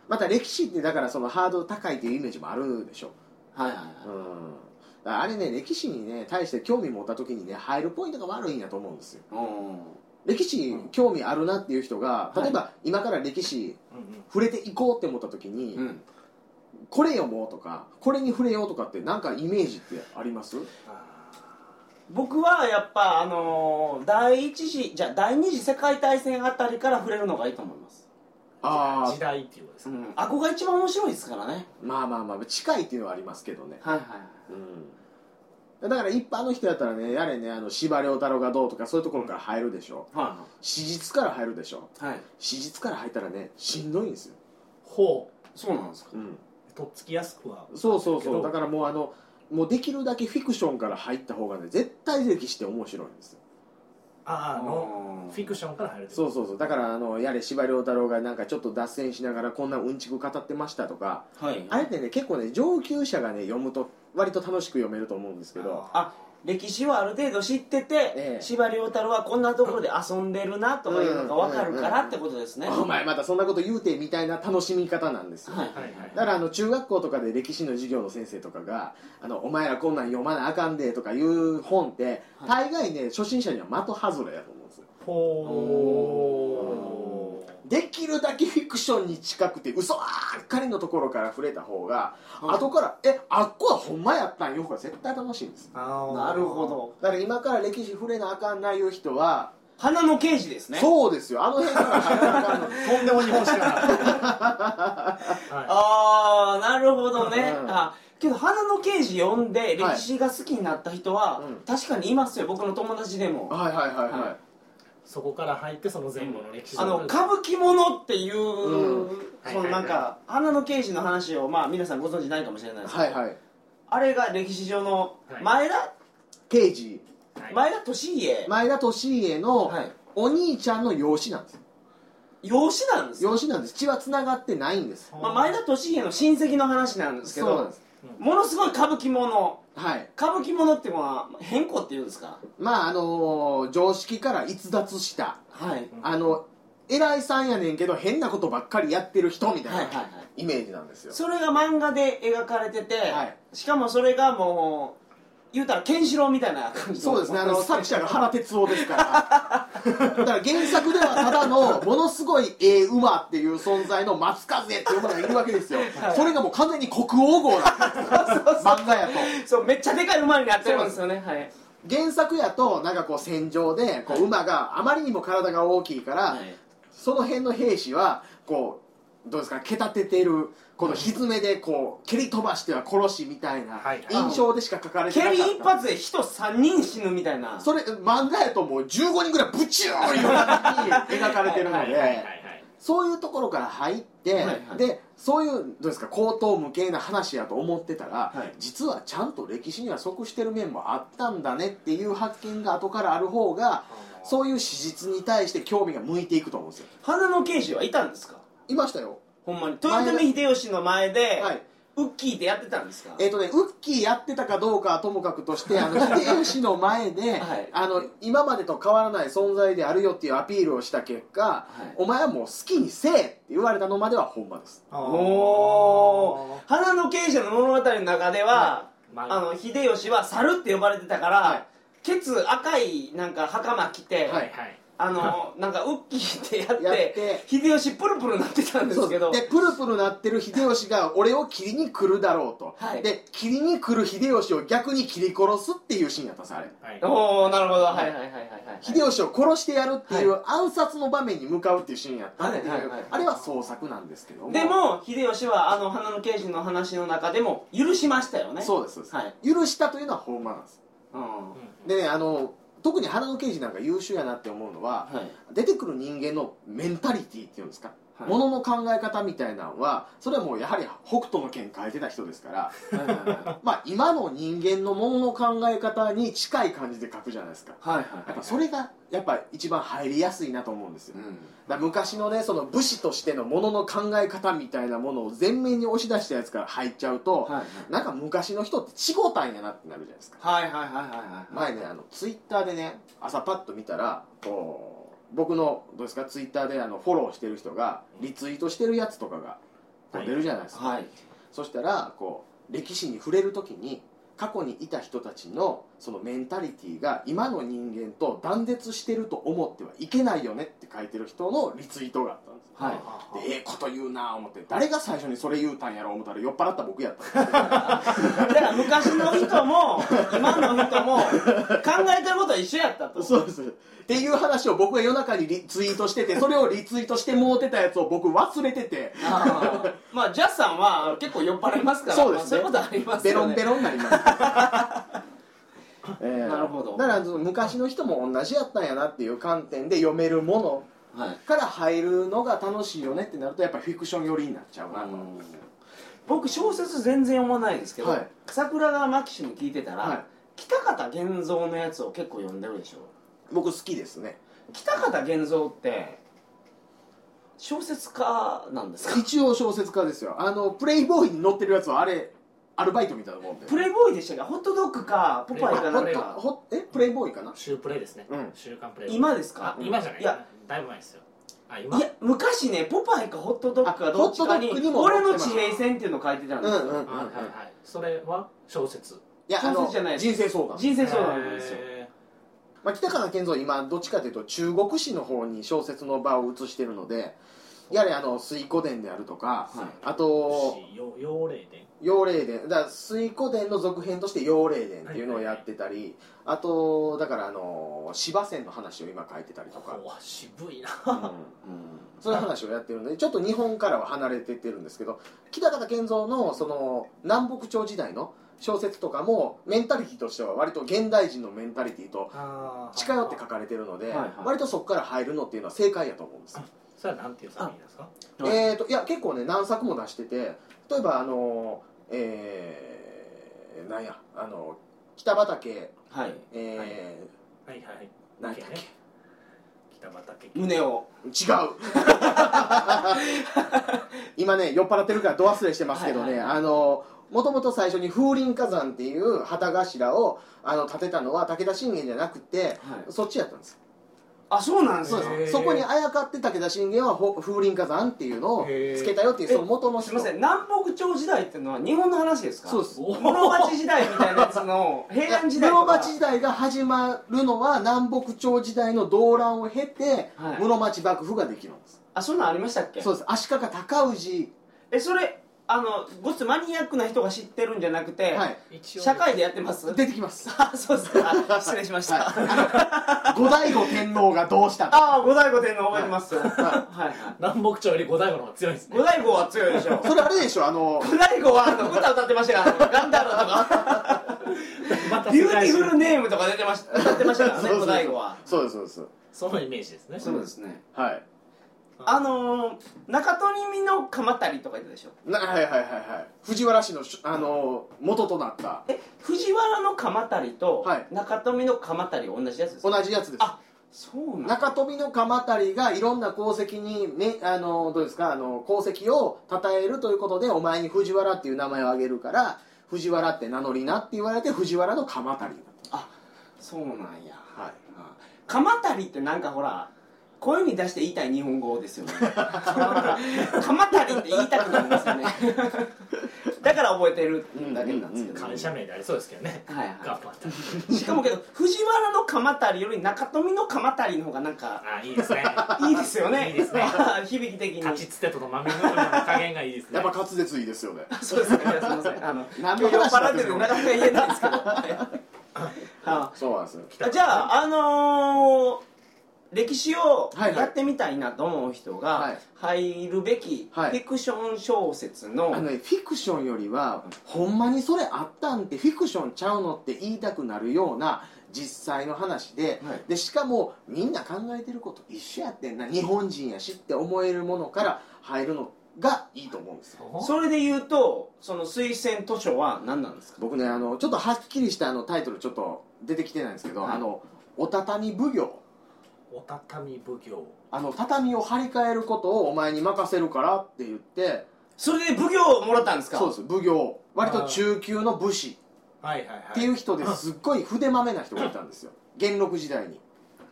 Speaker 2: また歴史ってだからそのハードル高いっていうイメージもあるでしょ
Speaker 1: はいはいは
Speaker 2: うんだからあれね歴史にね対して興味持った時にね入るポイントが悪いんやと思うんですよ
Speaker 1: いうん
Speaker 2: 歴史興味あるなっていう人が
Speaker 1: うん
Speaker 2: 例えば今から歴史
Speaker 3: うんうん
Speaker 2: 触れていこうって思った時に、
Speaker 1: うん
Speaker 2: これ読もうとかこれに触れようとかってなんかイメージってあります
Speaker 1: 僕はやっぱあのー第一次じゃあ第二次世界大戦あたりから触れるのがいいと思います、
Speaker 2: あ
Speaker 3: 時代っていうことです
Speaker 1: う
Speaker 3: ね
Speaker 1: ん、あこが一番面白いですからね
Speaker 2: まあまあまあ近いっていうのはありますけどね、
Speaker 1: はいはいはい
Speaker 2: うん、だから一般の人やったらねやれねあの司馬遼太郎がどうとかそういうところから入るでしょ
Speaker 1: は
Speaker 2: 史実から入るでしょ
Speaker 1: いはいはい
Speaker 2: 史実から入ったらねしんどいんですよ、
Speaker 3: ほ
Speaker 1: そうなんですか
Speaker 2: うん、
Speaker 3: うとっつきやすくは
Speaker 2: そうそう
Speaker 3: け
Speaker 2: そう
Speaker 3: ど
Speaker 2: だからもうあのもうできるだけフィクションから入った方がね絶対歴史って面白いんですよ
Speaker 3: ああの
Speaker 2: うん
Speaker 3: フィクションから入るってこと
Speaker 2: そうそうそうだからあのやれ司馬遼太郎がなんかちょっと脱線しながらこんなうんちく語ってましたとか
Speaker 1: はい
Speaker 2: あれってね結構ね上級者がね読むと割と楽しく読めると思うんですけど
Speaker 1: あ歴史はある程度知って
Speaker 2: え
Speaker 1: て
Speaker 2: え
Speaker 1: 司馬遼太郎はこんなところで遊んでるなとかいうのが分かるからってことですね、
Speaker 2: お前またそんなこと言うてみたいな楽しみ方なんですよ、
Speaker 1: はい
Speaker 3: はいはい
Speaker 2: だからあの中学校とかで歴史の授業の先生とかが「あのお前らこんなん読まなあかんで」とかいう本って大概ね初心者には的外れやと思うんですよ
Speaker 3: ほー
Speaker 2: できるだけフィクションに近くて嘘ばっかりのところから触れた方が、
Speaker 1: はい
Speaker 2: 後から「えあっこはほんまやったんよ」が絶対楽しいんです
Speaker 3: あー
Speaker 1: なるほど
Speaker 2: だから今から歴史触れなあかんないう人は、
Speaker 1: 花の刑事ですね
Speaker 2: そうですよあの辺から入らなあかんの
Speaker 3: とんでも日本史が は
Speaker 1: ああなるほどね、
Speaker 2: うん
Speaker 1: あけど花の刑事読んで
Speaker 2: はい
Speaker 1: 歴史が好きになった人は、
Speaker 2: うん
Speaker 1: 確かにいますよ僕の友達でも
Speaker 2: はいはいはいはい、
Speaker 1: はい
Speaker 3: いそこから入ってその前後の歴史
Speaker 1: あの歌
Speaker 3: か
Speaker 1: 舞伎ものっていう、
Speaker 2: う
Speaker 1: そのなんか花の刑事の話をまあ皆さんご存知ないかもしれないですけど、
Speaker 2: はいはい
Speaker 1: あれが歴史上の
Speaker 3: はい
Speaker 1: 前田、
Speaker 2: 刑事
Speaker 1: 前田利家、
Speaker 2: 前田利家の
Speaker 1: はい
Speaker 2: お兄ちゃんの養子なんです
Speaker 1: 養子なんですよ、
Speaker 2: 養子なんです血はつながってないんです
Speaker 1: まあ、前田利家の親戚の話なんですけ
Speaker 2: そうなん
Speaker 1: ど
Speaker 2: です
Speaker 1: ものすごい歌舞伎もの
Speaker 2: はい
Speaker 1: 歌舞伎ものってまあ変更っていうんですか
Speaker 2: まああのー常識から逸脱した
Speaker 1: はい
Speaker 2: あの偉いさんやねんけど変なことばっかりやってる人みたいな、
Speaker 1: はいはいはい
Speaker 2: イメージなんですよ
Speaker 1: それが漫画で描かれてて、
Speaker 2: はい
Speaker 1: しかもそれがもう言うたらケンシロウみたいな感じ
Speaker 2: そうですねあの作
Speaker 1: 者
Speaker 2: 者が原哲夫ですからだから原作ではただのものすごいええ馬っていう存在の松風っていうものがいるわけですよ、
Speaker 1: はい
Speaker 2: それがもう完全に国王号なんですよ漫画やと
Speaker 1: そうめっちゃでかい馬になってるんですよねはい
Speaker 2: 原作やとなんかこう戦場でこう馬があまりにも体が大きいから、その辺の兵士はこうどうですか蹴立ててるこのひずめでこう蹴り飛ばしては殺しみたいな
Speaker 3: はい
Speaker 2: 印象でしか書かれて
Speaker 1: 蹴
Speaker 2: なかっ
Speaker 1: り
Speaker 2: た、
Speaker 1: 一発で人3人死ぬみたいな
Speaker 2: それ漫画やともう15人ぐらいブチューいう感じに描かれてるの
Speaker 3: はいはいはいは
Speaker 2: で
Speaker 3: い
Speaker 2: そういうところから入って、
Speaker 1: はいはい
Speaker 2: でそういうどうですか口頭無形な話やと思ってたら、
Speaker 1: はい
Speaker 2: 実はちゃんと歴史には即してる面もあったんだねっていう発見が後からある方がそういう史実に対して興味が向いていくと思うんですよ
Speaker 1: 花の刑事はいたんですか
Speaker 2: いましたよ
Speaker 1: ほんまに豊臣秀吉の前で、
Speaker 2: はい
Speaker 1: ウッキーでやってたんですか
Speaker 2: えっ、とね、ウッキーやってたかどうかはともかくとして、あの、秀吉の前で、
Speaker 1: はい
Speaker 2: あの、今までと変わらない存在であるよっていうアピールをした結果、
Speaker 1: い
Speaker 2: お前はもう好きにせえって言われたのまでは本場です。
Speaker 1: おー花の刑事の物語の中では、
Speaker 3: ま
Speaker 1: あの秀吉は猿って呼ばれてたから、
Speaker 2: はい
Speaker 1: ケツ赤いなんか袴着て、
Speaker 2: はい
Speaker 3: はいはい
Speaker 1: あ のなんかウッキーってやって
Speaker 2: やって
Speaker 1: 秀吉プルプルなってたんですけど
Speaker 2: で、プルプルなってる秀吉が俺を切りに来るだろうと。
Speaker 1: はい
Speaker 2: で、切りに来る秀吉を逆に切り殺すっていうシーンやったんです、あれ。
Speaker 3: はい
Speaker 1: おおなるほどはいはいはいはいはい
Speaker 2: 秀吉を殺してやるっていう暗殺の場面に向かうっていうシーンやったっていう、
Speaker 1: はいはいはい
Speaker 2: あれは創作なんですけども。
Speaker 1: でも秀吉はあの花の刑事の話の中でも許しましたよね
Speaker 2: そうです、そうです
Speaker 1: はい、
Speaker 2: 許したというのは本場なんです。
Speaker 1: うんは
Speaker 2: でねあの特に花の刑事なんか優秀やなって思うのは、
Speaker 1: い
Speaker 2: 出てくる人間のメンタリティっていうんですか、
Speaker 1: はい
Speaker 2: ものの考え方みたいなのはそれはもうやはり北斗の拳変えてた人で すからまあ今の人間のものの考え方に近い感じで書くじゃないですか
Speaker 1: はいはい
Speaker 2: やっぱそれがやっぱ一番入りやすいなと思うんですよ、
Speaker 1: う
Speaker 2: だ
Speaker 1: ん
Speaker 2: から昔のねその武士としてのものの考え方みたいなものを前面に押し出したやつから入っちゃうと、
Speaker 1: はい
Speaker 2: なんか昔の人ってちごたんやなってなるじゃないですか
Speaker 1: はいはいはいはいはい
Speaker 2: 前ねあのツイッターでね朝パッと見たらこう僕のどうですかツイッターであのフォローしてる人がリツイートしてるやつとかがこう出るじゃないですか、
Speaker 1: はい
Speaker 2: そしたらこう歴史に触れる時に過去にいた人たちのそのメンタリティーが今の人間と断絶してると思ってはいけないよねって書いてる人のリツイートがあったんですよ
Speaker 1: はい
Speaker 2: でええこと言うなぁ思って誰が最初にそれ言うたんやろう思ったら酔っ払った僕やった
Speaker 1: だから昔の人も今の人も考えてることは一緒やったと
Speaker 2: そうですっていう話を僕が夜中にリツイートしててそれをリツイートしてもうてたやつを僕忘れてて
Speaker 1: あーまあジャスさんは結構酔っ払いますから
Speaker 2: そうです
Speaker 1: まあそう
Speaker 2: ね
Speaker 1: いうことあります
Speaker 2: ベ
Speaker 1: よ
Speaker 2: ロ
Speaker 1: ね
Speaker 2: ンベロンになりました、えー
Speaker 1: なるほど
Speaker 2: だからその昔の人も同じやったんやなっていう観点で読めるもの
Speaker 1: はい
Speaker 2: から入るのが楽しいよねってなるとやっぱフィクション寄りになっちゃうなと、
Speaker 1: 僕小説全然読まないですけど、
Speaker 2: はい
Speaker 1: 桜川マキシム聞いてたら、
Speaker 2: はい
Speaker 1: 北方玄三のやつを結構読んでるでしょ
Speaker 2: 僕好きですね
Speaker 1: 北方玄三って小説家なんですか
Speaker 2: 一応小説家ですよあのプレイボーイに載ってるやつはあれアルバイトみたいなもんで
Speaker 1: プレイボーイでしたっけホットドッグかポパイか
Speaker 2: あ
Speaker 1: な
Speaker 2: ほ
Speaker 1: ん
Speaker 2: っと
Speaker 1: か
Speaker 2: ほっえプレイボーイかな
Speaker 3: 週プレイですね、
Speaker 2: うん
Speaker 3: 週刊プレイ
Speaker 1: 今です
Speaker 3: あ
Speaker 1: か
Speaker 3: 今じゃない
Speaker 1: いや
Speaker 3: だいぶ前ですよあ今
Speaker 1: いや昔ねポパイかホットドッグかどっちか
Speaker 2: あホットドッ
Speaker 1: に
Speaker 2: グにも
Speaker 1: 俺の地平線っていうの書いてたん
Speaker 2: う
Speaker 1: で
Speaker 2: ん
Speaker 1: すよ
Speaker 2: うんうんうん
Speaker 3: はいはいはいそれは小説
Speaker 2: いやあ
Speaker 1: 小
Speaker 2: の
Speaker 1: 説じゃないです
Speaker 2: 人生相談、
Speaker 1: 人生相談なんですよ
Speaker 3: へ
Speaker 2: まあ、北方健三今どっちかというと中国史の方に小説の場を移してるのでやはりあの水古伝であるとか
Speaker 1: はい
Speaker 2: あ
Speaker 3: ー
Speaker 2: と
Speaker 3: しよ幼霊伝
Speaker 2: 幼霊伝だから水古伝の続編として幼霊伝っていうのをやってたり、あとだからあの芝線の話を今書いてたりとか、
Speaker 3: お渋いな
Speaker 2: うんそういう話をやってるのでちょっと日本からは離れてってるんですけど北方健三のその南北朝時代の小説とかもメンタリティとしては割と現代人のメンタリティと近寄って書かれてるので、
Speaker 1: はいはい
Speaker 2: 割とそこから入るのっていうのは正解やと思うんです、
Speaker 3: それはなんていう作品なんですか
Speaker 1: はい
Speaker 2: えー、といや結構ね何作も出してて例えばあのーえー、なんやあの北畑
Speaker 1: はい
Speaker 2: えー
Speaker 3: はいはいはい
Speaker 2: 何だっけ
Speaker 3: ね北畑
Speaker 1: 胸を
Speaker 2: 違う 今ね酔っ払ってるからど忘れしてますけどね、
Speaker 1: はいはいは
Speaker 2: あのもともと最初に風林火山っていう旗頭をあの建てたのは武田信玄じゃなくてそっちやったんです
Speaker 1: あそうなんです
Speaker 2: そう
Speaker 1: か
Speaker 2: なん
Speaker 3: へ
Speaker 2: で
Speaker 3: ー
Speaker 2: すそこにあやかって武田信玄はほ風林火山っていうのを
Speaker 3: へー
Speaker 2: つけたよっていう
Speaker 1: え
Speaker 2: その元の
Speaker 1: すみません
Speaker 2: ん
Speaker 1: 南北朝時代っていうのは日本の話ですか
Speaker 2: そうです
Speaker 1: 室町時代みたいなやつの平安時代
Speaker 2: 室
Speaker 1: とか
Speaker 2: 町時代が始まるのは南北朝時代の動乱を経て、
Speaker 1: はい
Speaker 2: 室町幕府ができるんです
Speaker 1: あそんなんありましたっけ
Speaker 2: そうです足利尊氏
Speaker 1: えそれあのごっつマニアックな人が知ってるんじゃなくて、
Speaker 2: はい
Speaker 3: 一応
Speaker 1: 社会でやってます
Speaker 2: 出てきます
Speaker 1: あ そうです か失礼しました、
Speaker 2: 後醍醐天皇がどうし たか
Speaker 1: ああ五醍醐天皇覚えてますよはいはい
Speaker 3: 南北朝より五大悟の方が強いんですね
Speaker 1: 五醍醐は強いでしょ
Speaker 2: それあれでしょあの
Speaker 1: 五醍醐はあの 歌歌ってましたからあのガンダムと か
Speaker 3: また
Speaker 1: ビ
Speaker 3: 世
Speaker 1: ュー
Speaker 3: 界
Speaker 1: ティ
Speaker 3: 中
Speaker 1: フルネームとか出てました歌ってましたからね
Speaker 2: そう
Speaker 1: 五
Speaker 2: そう
Speaker 1: 醍醐は
Speaker 2: そうですそうです
Speaker 3: そのイメージですね
Speaker 1: そうですね
Speaker 2: はい
Speaker 1: あのー、中取の鎌足りとか言ってたでしょ
Speaker 2: なはいはいはいはい藤原氏のしあの元となった
Speaker 1: え藤原の鎌足りと
Speaker 2: はい
Speaker 1: 中富の鎌足り同じやつですか、
Speaker 2: 同じやつです
Speaker 1: あそうなん
Speaker 2: 中富の鎌足りがいろんな功績にめあのどうですかあの功績を称えるということでお前に藤原っていう名前を挙げるから藤原って名乗りなって言われて藤原の鎌足りになっ
Speaker 1: そうなんや
Speaker 2: たはい
Speaker 1: 鎌足りってなんかほら声に出して言いたい日本語ですよ ね鎌足りって言いたくなりますよ ねだから覚えてるっていうだけなんですけど、
Speaker 2: うんうん
Speaker 3: 会社名でありそうですけどね
Speaker 1: はいは
Speaker 3: 頑張った
Speaker 1: い、しかもけ ど藤原の鎌足りより中富の鎌足りの方がなんか
Speaker 3: あいいですね
Speaker 1: いいですよね
Speaker 3: いいですね
Speaker 1: 響き的に
Speaker 3: 立ちつてとの豆の加減がいいですね
Speaker 2: やっぱ滑舌いいですよね
Speaker 1: そうですね、いやすみません、あの、今
Speaker 2: 何
Speaker 1: 日
Speaker 2: の
Speaker 1: 酔っ
Speaker 2: 話だっ
Speaker 1: 払
Speaker 2: たん
Speaker 1: っ
Speaker 2: で
Speaker 1: て
Speaker 2: す
Speaker 1: るんで、
Speaker 2: か
Speaker 1: なかなか言えないん ですけど。は
Speaker 2: そうなんですよ
Speaker 1: いあじゃあ、あのー歴史を
Speaker 2: はいはい
Speaker 1: やってみたいなと思う人
Speaker 2: は
Speaker 1: が
Speaker 2: い
Speaker 1: 入るべきフ
Speaker 2: はい
Speaker 1: ィクション小説の、
Speaker 2: あのね、フィクションよりはほんまにそれあったんってフィクションちゃうのって言いたくなるような実際の話で,、
Speaker 1: はい
Speaker 2: でしかもみんな考えてること一緒やってんな日本人やしって思えるものから入るのがいいと思うんですよ
Speaker 3: そう
Speaker 1: それで言うとその推薦図書は何なんですか
Speaker 2: 僕ねあのちょっとはっきりしたあのタイトルちょっと出てきてないんですけど「
Speaker 1: はい
Speaker 2: あのお畳奉行」
Speaker 3: お畳奉行
Speaker 2: あの畳を張り替えることをお前に任せるからって言って
Speaker 1: それで奉行をもらったんですか
Speaker 2: そうです奉行割と中級の武士
Speaker 3: はいはいはい
Speaker 2: っていう人ですっごい筆まめな人がいたんですよ元禄時代に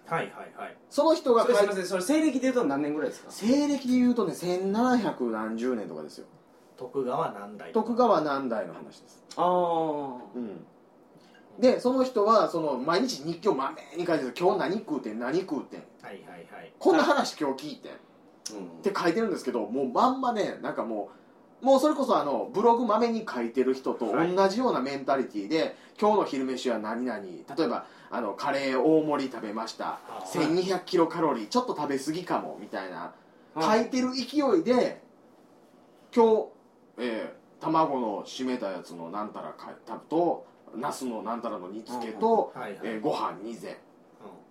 Speaker 3: はいはいはい
Speaker 2: その人が
Speaker 1: それ
Speaker 2: 書
Speaker 1: す
Speaker 2: い
Speaker 1: みませんそれ西暦で言うと何年ぐらいですか
Speaker 2: 西暦で言うとね1700何十年とかですよ
Speaker 3: 徳川何代
Speaker 2: 徳川何代の話です、
Speaker 1: ああ
Speaker 2: うん、でその人はその毎日日記をまめに書いてる今日何食うてん何食うてん
Speaker 3: はいはいはい
Speaker 2: こんな話今日聞いてんっ
Speaker 1: うん
Speaker 2: て書いてるんですけどもうまんまねなんかもうもうそれこそあのブログまめに書いてる人と
Speaker 3: はい
Speaker 2: 同じようなメンタリティで、今日の昼飯は何々例えばあのカレー大盛り食べました
Speaker 3: あー
Speaker 2: 1200キロカロリーちょっと食べ過ぎかもみたいな
Speaker 1: は
Speaker 2: 書
Speaker 1: い
Speaker 2: いてる勢いで今日、えー卵の締めたやつのなんたらかたとナスのなんたらの煮付けと、
Speaker 3: はいはい、
Speaker 2: えーご飯2膳
Speaker 3: う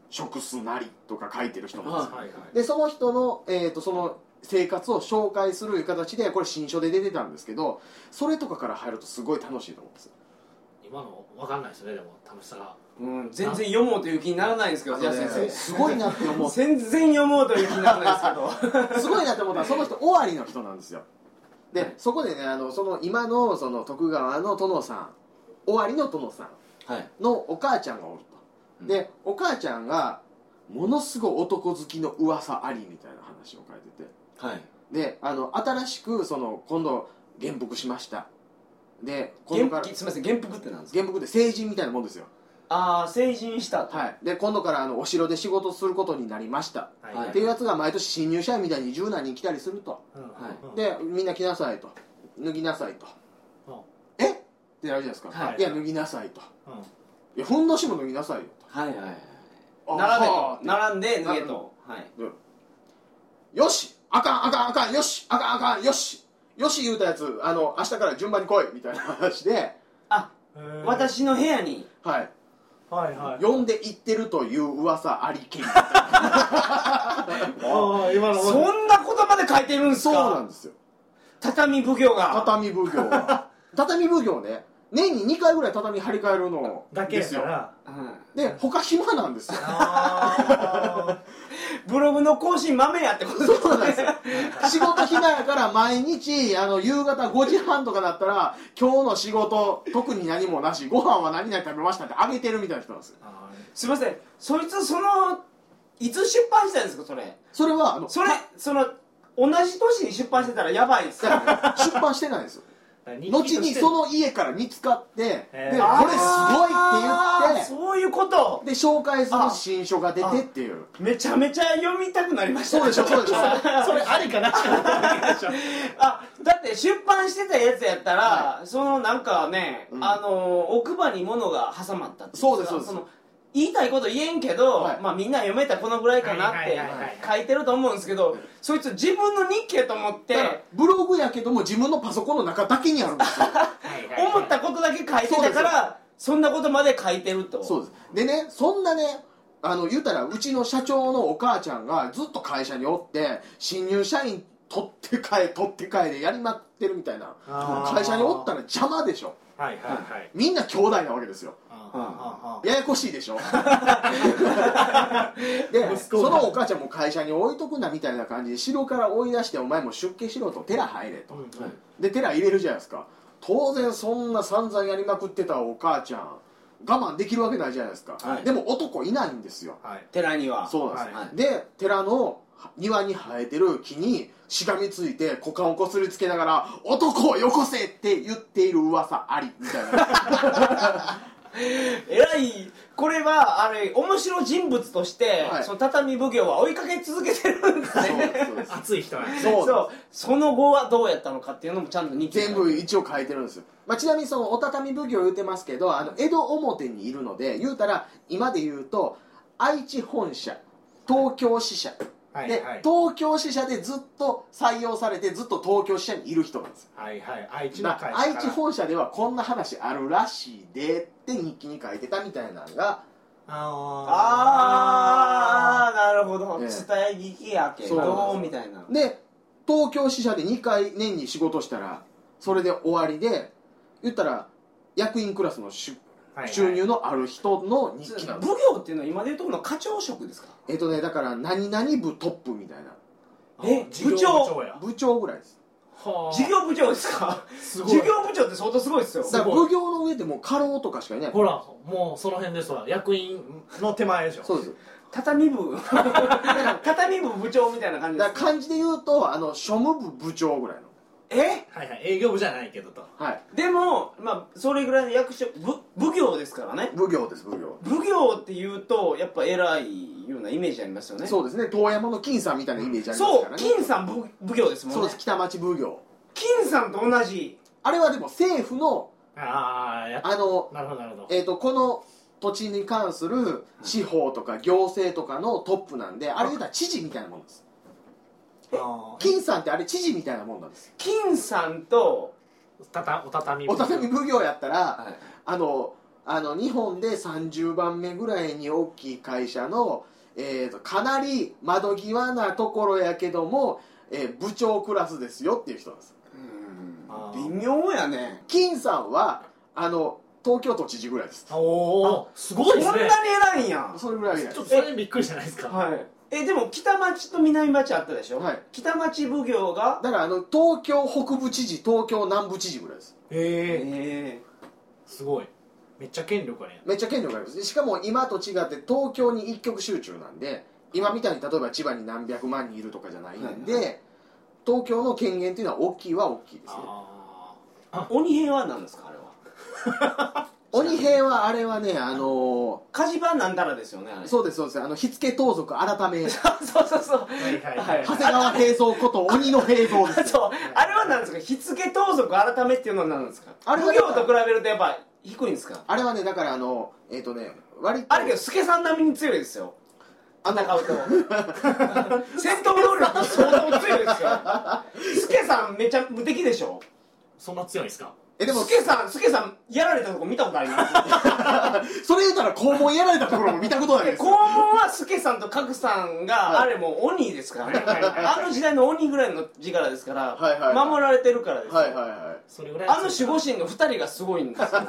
Speaker 2: 食すなりとか書いてる人なん
Speaker 3: ん
Speaker 2: です
Speaker 1: は
Speaker 2: よ
Speaker 1: い
Speaker 3: はいはい
Speaker 2: でその人の、えー、とその生活を紹介するいう形でこれ新書で出てたんですけどそれとかから入るとすごい楽しいと思うんですよ
Speaker 3: 今の分かんないですねでも楽しさが
Speaker 1: うん、全然読もうという気にならないんですけど、じゃあ先
Speaker 2: ね
Speaker 1: 生。
Speaker 2: すごいなって思う
Speaker 1: 全然読もうという気にならないですけど。
Speaker 2: すごいなって思ったのはその人終わりの人なんですよでそこでねあのその今のその徳川の殿さん終わりの殿さ
Speaker 1: はい。
Speaker 2: んのお母ちゃんがおるとでお母ちゃんがものすごい男好きの噂ありみたいな話を書いてて
Speaker 1: はい。
Speaker 2: であの新しくその今度元服しましたで今度
Speaker 1: 元
Speaker 2: から
Speaker 1: 服、すみません、元服ってなんですか
Speaker 2: 元服で成人みたいなもんですよ
Speaker 1: ああ、成人したと。
Speaker 2: はいで今度からあのお城で仕事することになりました
Speaker 3: はい
Speaker 1: はい
Speaker 2: っていうやつが毎年新入社員みたいに十何人来たりすると
Speaker 3: うん
Speaker 1: は
Speaker 3: うん
Speaker 2: でみんな着なさいと脱ぎなさいと
Speaker 3: うん
Speaker 2: えってなるじゃないですか、
Speaker 1: はい
Speaker 2: い、や脱ぎなさいと
Speaker 3: うん
Speaker 2: いやふんどしも脱ぎなさいよ
Speaker 1: はいはいはい。
Speaker 2: と
Speaker 1: 並べ
Speaker 2: あ
Speaker 1: と
Speaker 2: は。あ
Speaker 1: 並んで、脱げと。はい。
Speaker 2: よしあかんあかんあかんよしあかんあかんよしよし言うたやつあの明日から順番に来いみたいな話で
Speaker 1: あ、
Speaker 3: へー
Speaker 1: 私の部屋に。
Speaker 2: はい
Speaker 3: はいはい
Speaker 2: 呼んでいってるという噂ありき
Speaker 3: ああ今の
Speaker 1: そんなことまで書いてるんです
Speaker 2: そうな
Speaker 1: か
Speaker 2: んですよ
Speaker 1: 畳奉行が。
Speaker 2: 畳奉行は 畳奉行ね年に2回ぐらい畳張り替えるの
Speaker 3: だけ
Speaker 2: で
Speaker 3: や
Speaker 2: す
Speaker 3: か
Speaker 2: よ
Speaker 3: ら
Speaker 1: うん
Speaker 2: で他暇なんです よ
Speaker 3: あ
Speaker 1: ブログの更新豆やってことですね
Speaker 2: そうなんですよ仕事暇やから毎日あの夕方5時半とかだったら今日の仕事特に何もなしご飯は何々食べましたってあげてるみたいな人なんですよ
Speaker 3: ーあー
Speaker 1: すいませんそいつそのいつ出版したんですかそれ
Speaker 2: それはあ の
Speaker 1: それその同じ年に出版してたらやばいです
Speaker 2: だからね出版してないんですよ後にそ
Speaker 3: の
Speaker 2: の家から見つかってで こ
Speaker 3: へ
Speaker 2: れす
Speaker 3: ー
Speaker 2: ごいって言
Speaker 3: あ
Speaker 1: あー
Speaker 2: って
Speaker 1: そういうこと
Speaker 2: で紹介する新書が出てっていう
Speaker 1: めちゃめちゃ読みたくなりました
Speaker 2: そうでしょそ うでしょ
Speaker 3: それありかなしかなっていう
Speaker 1: あだって出版してたやつやったら、そのなんかね、
Speaker 2: うん
Speaker 1: あの奥歯に物が挟まったっていか
Speaker 2: そうですそうです
Speaker 1: の言いたいこと言えんけど、
Speaker 2: はい
Speaker 1: まあみんな読めたらこのぐらいかなっ
Speaker 3: はい
Speaker 1: て
Speaker 3: はいはいはい
Speaker 1: 書いてると思うんですけどそいつ自分の日記やと思って
Speaker 2: だからブログやけども自分のパソコンの中だけにあるんですよ
Speaker 1: 思ったことだけ書いてたからそんなことまで書いてると
Speaker 2: そうですでねそんなねあの言うたらうちの社長のお母ちゃんがずっと会社におって新入社員取って帰取って帰でやりまってるみたいな
Speaker 3: あー
Speaker 2: 会社におったら邪魔でしょ
Speaker 3: はいはいはい
Speaker 2: みんな兄弟なわけですよ
Speaker 3: あー
Speaker 2: ややこしいで しょで
Speaker 3: 息子
Speaker 2: そ
Speaker 3: が
Speaker 2: のお母ちゃんも会社に置いとくなみたいな感じで城から追い出してお前も出家しろと寺入れ
Speaker 3: あ
Speaker 2: と
Speaker 3: ーうんうん
Speaker 2: で寺入れるじゃないですか当然そんな散々やりまくってたお母ちゃん我慢できるわけないじゃないですか、
Speaker 1: はい
Speaker 2: でも男いないんですよ
Speaker 3: はい
Speaker 1: 寺には
Speaker 2: そうなんです、
Speaker 1: はい
Speaker 2: で寺の庭に生えてる木にしがみついて股間をこすりつけながら「男をよこせ!」って言っている噂ありみたいな
Speaker 1: えらいこれはあれ面白人物として、
Speaker 2: はい
Speaker 1: その畳奉行は追いかけ続けてるんです
Speaker 2: そう
Speaker 1: ね
Speaker 2: ですそうです
Speaker 3: 熱い人なんです
Speaker 2: そ
Speaker 3: ね
Speaker 2: うです
Speaker 1: そうその後はどうやったのかっていうのもちゃんと日記に
Speaker 2: 全部一応書いてるんですよ、まあ、ちなみにそのお畳奉行言うてますけどあの江戸表にいるので言うたら今で言うと愛知本社東京支社
Speaker 3: はい
Speaker 2: で
Speaker 3: はい
Speaker 2: 東京支社でずっと採用されてずっと東京支社にいる人なんですよ
Speaker 3: はいはい愛知の
Speaker 2: だ
Speaker 3: 会
Speaker 2: か
Speaker 3: 社から
Speaker 2: ら愛知本社ではこんな話あるらしいでって日記に書いてたみたいなのが
Speaker 1: あ
Speaker 3: あ
Speaker 1: あなるほど、
Speaker 2: ええ
Speaker 1: 伝え聞きやけ
Speaker 2: そう
Speaker 1: ど
Speaker 2: なん
Speaker 1: み
Speaker 2: で
Speaker 1: たいな
Speaker 2: で東京支社で2回年に仕事したらそれで終わりで言ったら役員クラスの収
Speaker 3: あはいはい
Speaker 2: 収入のある人の日記なんですよ
Speaker 1: 奉行っていうのは今でいうとこの課長職ですか
Speaker 2: えっとねだから何々部トップみたいな
Speaker 1: え
Speaker 3: あー事業
Speaker 1: 部長
Speaker 3: や
Speaker 2: 部長ぐらいです
Speaker 3: はあ
Speaker 1: 事業部長ですか
Speaker 3: すごい
Speaker 1: 事業部長って相当すごいですよ
Speaker 2: だ
Speaker 3: す
Speaker 2: か
Speaker 3: ご
Speaker 2: ら
Speaker 3: い
Speaker 2: 奉行の上でもう過労とかしかいない
Speaker 3: ほらもうその辺ですわ役員の手前でしょ
Speaker 2: そうです
Speaker 1: 畳部 畳部部長みたいな感じで
Speaker 2: だ
Speaker 1: す
Speaker 2: から
Speaker 1: か
Speaker 2: 漢字で言うとあの庶務部部長ぐらいの
Speaker 1: え
Speaker 3: はいはい営業部じゃないけどと
Speaker 2: はい
Speaker 1: でも、まあ、それぐらいの役職ぶ奉行ですからね
Speaker 2: 奉行です奉行
Speaker 1: 奉行っていうとやっぱ偉いようなイメージありますよね
Speaker 2: そうですね遠山の金さんみたいなイメージあります
Speaker 1: そ
Speaker 2: か
Speaker 1: う
Speaker 2: らね
Speaker 1: 金さん奉奉行ですも
Speaker 2: そ
Speaker 1: ん
Speaker 2: う
Speaker 1: ね
Speaker 2: です北町奉行
Speaker 1: 金さんと同じ
Speaker 2: あれはでも政府の
Speaker 3: ああやっ
Speaker 2: あの、
Speaker 3: なるほどなるほど
Speaker 2: えー、とこの土地に関する司法とか行政とかのトップなんであれ言うたら知事みたいなもんです
Speaker 3: あー
Speaker 2: 金さんってあれ知事みたいなもんなんです
Speaker 1: 金さんと、
Speaker 3: たたお畳
Speaker 2: お畳奉行やったら
Speaker 1: はい、
Speaker 2: あのあの日本で30番目ぐらいに大きい会社の、えー、とかなり窓際なところやけども、えー部長クラスですよっていう人なんです
Speaker 1: う
Speaker 3: あ
Speaker 1: ん
Speaker 3: ー
Speaker 1: 微妙やね
Speaker 2: 金さんはあの東京都知事ぐらいです
Speaker 3: おおすごいです
Speaker 1: そんな
Speaker 3: ね
Speaker 1: に偉いんやん
Speaker 2: それぐらい以来
Speaker 3: ちょっとそれびっくりじゃないですか
Speaker 1: はいえでも北町と南町あったでしょ、
Speaker 2: はい
Speaker 1: 北町奉行が
Speaker 2: だからあの東京北部知事東京南部知事ぐらいです
Speaker 3: ええ
Speaker 1: え
Speaker 3: すごいめっちゃ権力あるやん
Speaker 2: めっちゃ権力がありますしかも今と違って東京に一極集中なんで今みたいに例えば千葉に何百万人いるとかじゃないんで、
Speaker 1: はい
Speaker 2: 東京の権限っていうのは大きいは大きいですね
Speaker 3: あ
Speaker 1: え鬼平は何ですかあれは
Speaker 2: 鬼兵はあれはねあの
Speaker 1: 火事場なんだらですよねあ
Speaker 2: ー
Speaker 1: れ
Speaker 2: そうですそうですあの火付け盗賊改 め
Speaker 1: そうそうそう
Speaker 3: あはいはい
Speaker 1: はい
Speaker 2: 長谷川平蔵こと鬼の平蔵です
Speaker 1: そうあれは何ですか火付け盗賊改めっていうのは何ですか
Speaker 2: あれは
Speaker 1: 奉
Speaker 2: だ
Speaker 1: 行
Speaker 2: から
Speaker 1: と比べるとやっぱ低いんですか
Speaker 2: あれはねだからあのえっ、とね割と
Speaker 1: あるけど助さん並みに強いですよ
Speaker 2: あの
Speaker 1: 戦うと戦闘能力相当強いですよ 助さんめちゃ無敵でしょ
Speaker 3: そんな強いんですか
Speaker 2: えでも
Speaker 1: 助さん助さんやられたとこ見たことあり ます
Speaker 2: それ言うたら肛門やられたところも見たことない
Speaker 1: で
Speaker 2: です
Speaker 1: 肛門はスケさんとカクさんがあれもう鬼ですからね
Speaker 3: はいはいはい
Speaker 1: あの時代の鬼ぐらいの力ですから
Speaker 2: はいはいはい
Speaker 1: 守られてるからですよ
Speaker 2: はいはいは
Speaker 3: それぐらい
Speaker 1: あの守護神の2人がすごいんですよ
Speaker 2: い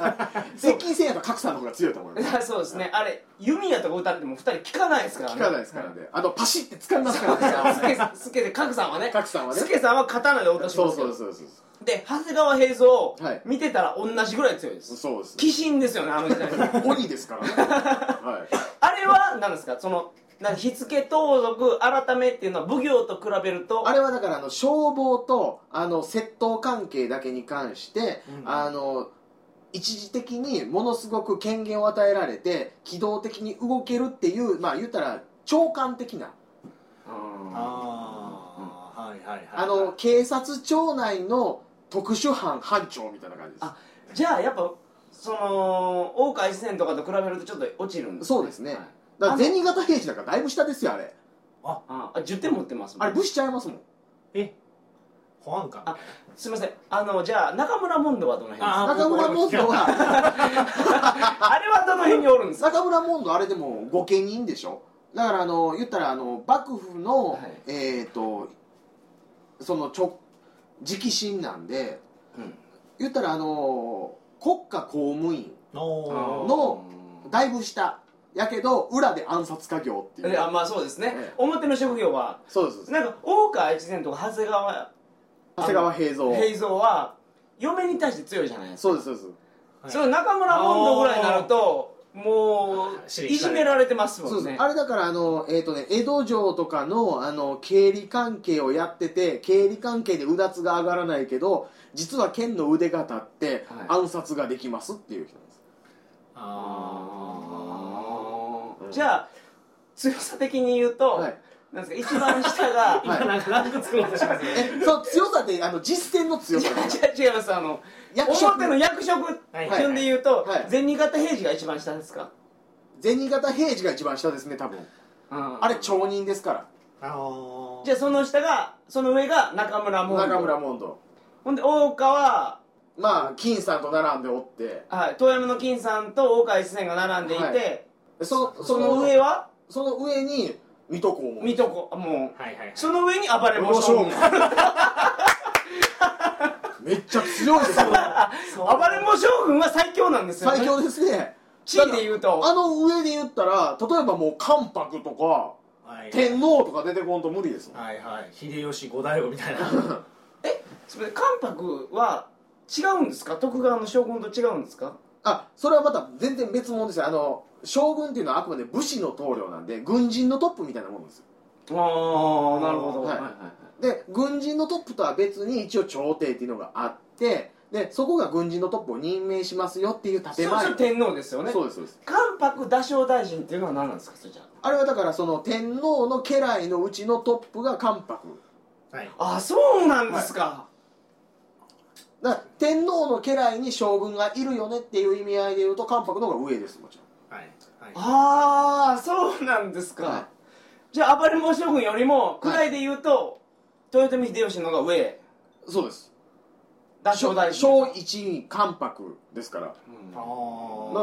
Speaker 2: 接近せんやと格差の方が強いと思います
Speaker 1: そうですねあれ弓矢とか打たれても2人効かないですからね
Speaker 2: 聞かないですからねあのパシって掴みますから ね
Speaker 1: スケ さんスケでカクさんはね
Speaker 2: カクさんはね
Speaker 1: スケさんは刀で落とし
Speaker 2: そ
Speaker 1: ま
Speaker 2: う
Speaker 1: すけ
Speaker 2: そ
Speaker 1: ど
Speaker 2: うそうそう
Speaker 1: で長谷川平蔵を
Speaker 2: はい
Speaker 1: 見てたら同じぐらい強いです
Speaker 2: そうです
Speaker 1: 鬼神ですよねあの時代
Speaker 2: 鬼ですからねはい
Speaker 1: あれは何ですかそのなんか火付け盗賊改めっていうのは奉行と比べると
Speaker 2: あれはだからあの消防とあの窃盗関係だけに関して、
Speaker 3: うん
Speaker 2: あの一時的にものすごく権限を与えられて機動的に動けるっていうまあ言ったら長官的な
Speaker 3: ああはいはいはい
Speaker 2: あの警察庁内の特殊班班長みたいな感じです
Speaker 1: あじゃあやっぱその大海戦とかと比べるとちょっと落ちるんですね
Speaker 2: そうですね
Speaker 1: はい
Speaker 2: だから銭形平次なんかだいぶ下ですよあれ
Speaker 1: ああ10点持ってますもん
Speaker 2: あれ武士ちゃいますもん
Speaker 3: え保安官
Speaker 1: あすいませんあのじゃあ中村モンドはどの辺ですか
Speaker 3: あ
Speaker 2: 中村モンドは
Speaker 1: あれはどの辺におるん ですか
Speaker 2: 中村モンドあれでも御家人でしょだからあの言ったらあの幕府の、
Speaker 1: はい
Speaker 2: えっ、とその直直進なんで言ったらあの国家公務員
Speaker 3: の
Speaker 2: のだいぶ下やけど裏で暗殺家業ってい
Speaker 1: いうやまあそうですね、
Speaker 2: ええ
Speaker 1: 表の職業は
Speaker 2: そうですそうです
Speaker 1: なんか大川越前とか長谷川
Speaker 2: 長谷川平蔵
Speaker 1: 平蔵は嫁に対して強いじゃないですか
Speaker 2: そうですそうです
Speaker 3: はい
Speaker 1: その中村モンドぐらいになるとも
Speaker 3: あー
Speaker 1: う
Speaker 3: 知り
Speaker 1: いじめられてますも
Speaker 2: そうんで
Speaker 1: ね
Speaker 2: すあれだからあの、えーとね、江戸城とかのあの経理関係をやってて経理関係でうだつが上がらないけど実は剣の腕が立って
Speaker 1: はい
Speaker 2: 暗殺ができますっていう人なんです、
Speaker 3: あ
Speaker 2: うん
Speaker 1: じゃあ強さ的に言うと、
Speaker 2: はい
Speaker 1: なんですか一番下 が
Speaker 3: あ今なんかランク作ろうとしますね
Speaker 2: えそう強さってあの実践の強さです
Speaker 1: 違う違いますあの
Speaker 2: 役職
Speaker 1: 表の役職
Speaker 3: はい
Speaker 1: 順で言うと
Speaker 2: はい
Speaker 1: 銭形平次が一番下ですか、
Speaker 2: 銭形平次が一番下ですね多分
Speaker 1: うん
Speaker 2: あれ町人ですから
Speaker 3: あの
Speaker 1: じゃあその下がその上が中村門
Speaker 2: 中村モンド
Speaker 1: ほんで大岡は、
Speaker 2: まあ金さんと並んでおって
Speaker 1: はい、遠山の金さんと大川一線が並んでいて、
Speaker 2: はそ
Speaker 1: そ
Speaker 2: そ
Speaker 1: の
Speaker 2: の
Speaker 1: 上
Speaker 2: 上
Speaker 1: は
Speaker 2: その上に水戸黄門
Speaker 1: 水戸黄もう
Speaker 3: はいはい
Speaker 1: その上に暴れ
Speaker 2: 江
Speaker 1: ん坊将
Speaker 2: 戸将
Speaker 1: 軍
Speaker 2: 軍 めっちゃ強いですよ
Speaker 1: 暴れん坊将軍は最強なんですよ、ね、
Speaker 2: 最強ですね
Speaker 1: 地位で言うと
Speaker 2: あの上で言ったら例えばもう関白とか
Speaker 3: はい
Speaker 2: 天皇とか出てこんと無理ですもん
Speaker 3: はいはい秀吉五大夫みたいな
Speaker 1: それで関白は違うんですか徳川の将軍と違うんですか
Speaker 2: あそれはまた全然別物ですよあの将軍っていうのはあくまで武士の棟梁なんで軍人のトップみたいなもんですよ
Speaker 1: ああなるほど
Speaker 2: はいで軍人のトップとは別に一応朝廷っていうのがあってでそこが軍人のトップを任命しますよっていう
Speaker 1: そ
Speaker 2: 建
Speaker 1: うそ
Speaker 2: 前
Speaker 1: れ天皇ですよね
Speaker 2: そうですそうです
Speaker 1: 関白打掌大臣っていうのは何なんですかそれじゃ
Speaker 2: あれはだからその天皇の家来のうちのトップが関白
Speaker 3: はい
Speaker 1: ああそうなんですか、
Speaker 2: だから天皇の家来に将軍がいるよねっていう意味合いで言うと関白の方が上ですもちろん
Speaker 3: はいはい
Speaker 1: ああそうなんですか、
Speaker 2: はい
Speaker 1: じゃあ暴れん坊将軍よりも位で言うと、豊臣秀吉の方が上
Speaker 2: そうです
Speaker 1: 打掌大臣
Speaker 2: 小一関白ですから
Speaker 1: うん
Speaker 3: あ
Speaker 2: な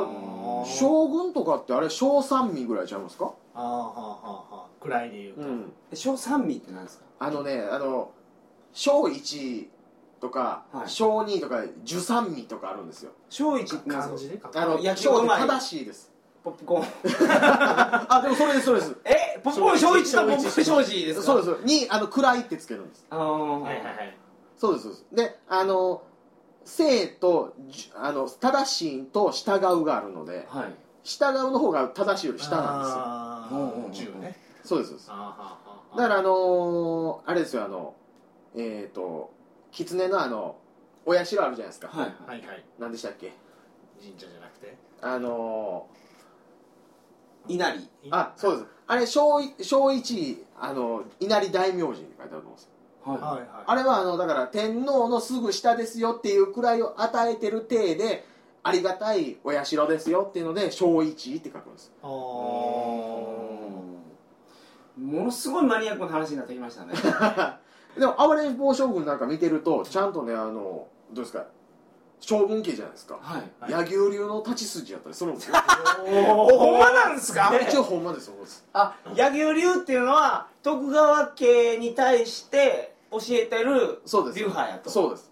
Speaker 3: ー
Speaker 2: 将軍とかってあれ小三味ぐらいちゃいますか
Speaker 3: あーはあはあはあくらいで言うと
Speaker 2: ん
Speaker 1: え小三味って何ですか
Speaker 2: あのねあの小一とか、
Speaker 1: はい
Speaker 2: 小2とか十三味とかあるんですよ
Speaker 1: 小一ってなん
Speaker 3: 漢
Speaker 1: ですか
Speaker 3: 字で書く
Speaker 2: あの
Speaker 1: 野球
Speaker 2: 小
Speaker 1: う
Speaker 2: で
Speaker 1: まい
Speaker 2: 正しいです
Speaker 1: ポップコーン
Speaker 2: あでもそれですそれです
Speaker 1: えポップコーン小一とポップコーン小一ですか
Speaker 2: そう
Speaker 1: す
Speaker 2: ですにあの暗いってつけるんです
Speaker 1: あー
Speaker 3: はいはいはい
Speaker 2: そうですそうですであの正とじゅあの正しいと従うがあるので
Speaker 1: はい
Speaker 2: 従うの方が正しいより下なんですよ
Speaker 4: あ
Speaker 1: うんうんう
Speaker 4: ー
Speaker 1: ん
Speaker 4: 十ね
Speaker 2: そうですそうです
Speaker 3: あーはーはーはー
Speaker 2: だからあのーあれですよあのえっ、と狐のあのお社あるじゃないですか、
Speaker 1: はい
Speaker 3: はいはい
Speaker 2: 何でしたっけ
Speaker 3: 神社じゃなくて
Speaker 2: あの
Speaker 1: 稲荷
Speaker 2: ーあそうですあれ小い小一あの稲荷大明神って書いてあると思うんですよ
Speaker 1: はい
Speaker 4: はいはい
Speaker 2: あれはあのだから天皇のすぐ下ですよっていう位を与えてる体でありがたいお社ですよっていうので小一って書くんです
Speaker 4: あー
Speaker 1: ものすごいマニアックな話になってきましたね
Speaker 2: でも暴れん坊将軍なんか見てるとちゃんとねあのどうですか将軍家じゃないですか
Speaker 1: はい
Speaker 3: はい
Speaker 2: 柳生流の立ち筋やったりするんです よ
Speaker 1: おほんまなんですか
Speaker 2: 一応ほんまですほんまです
Speaker 1: あ柳生流っていうのは徳川家に対して教えてる
Speaker 2: そうです
Speaker 1: 流派やと
Speaker 2: そうです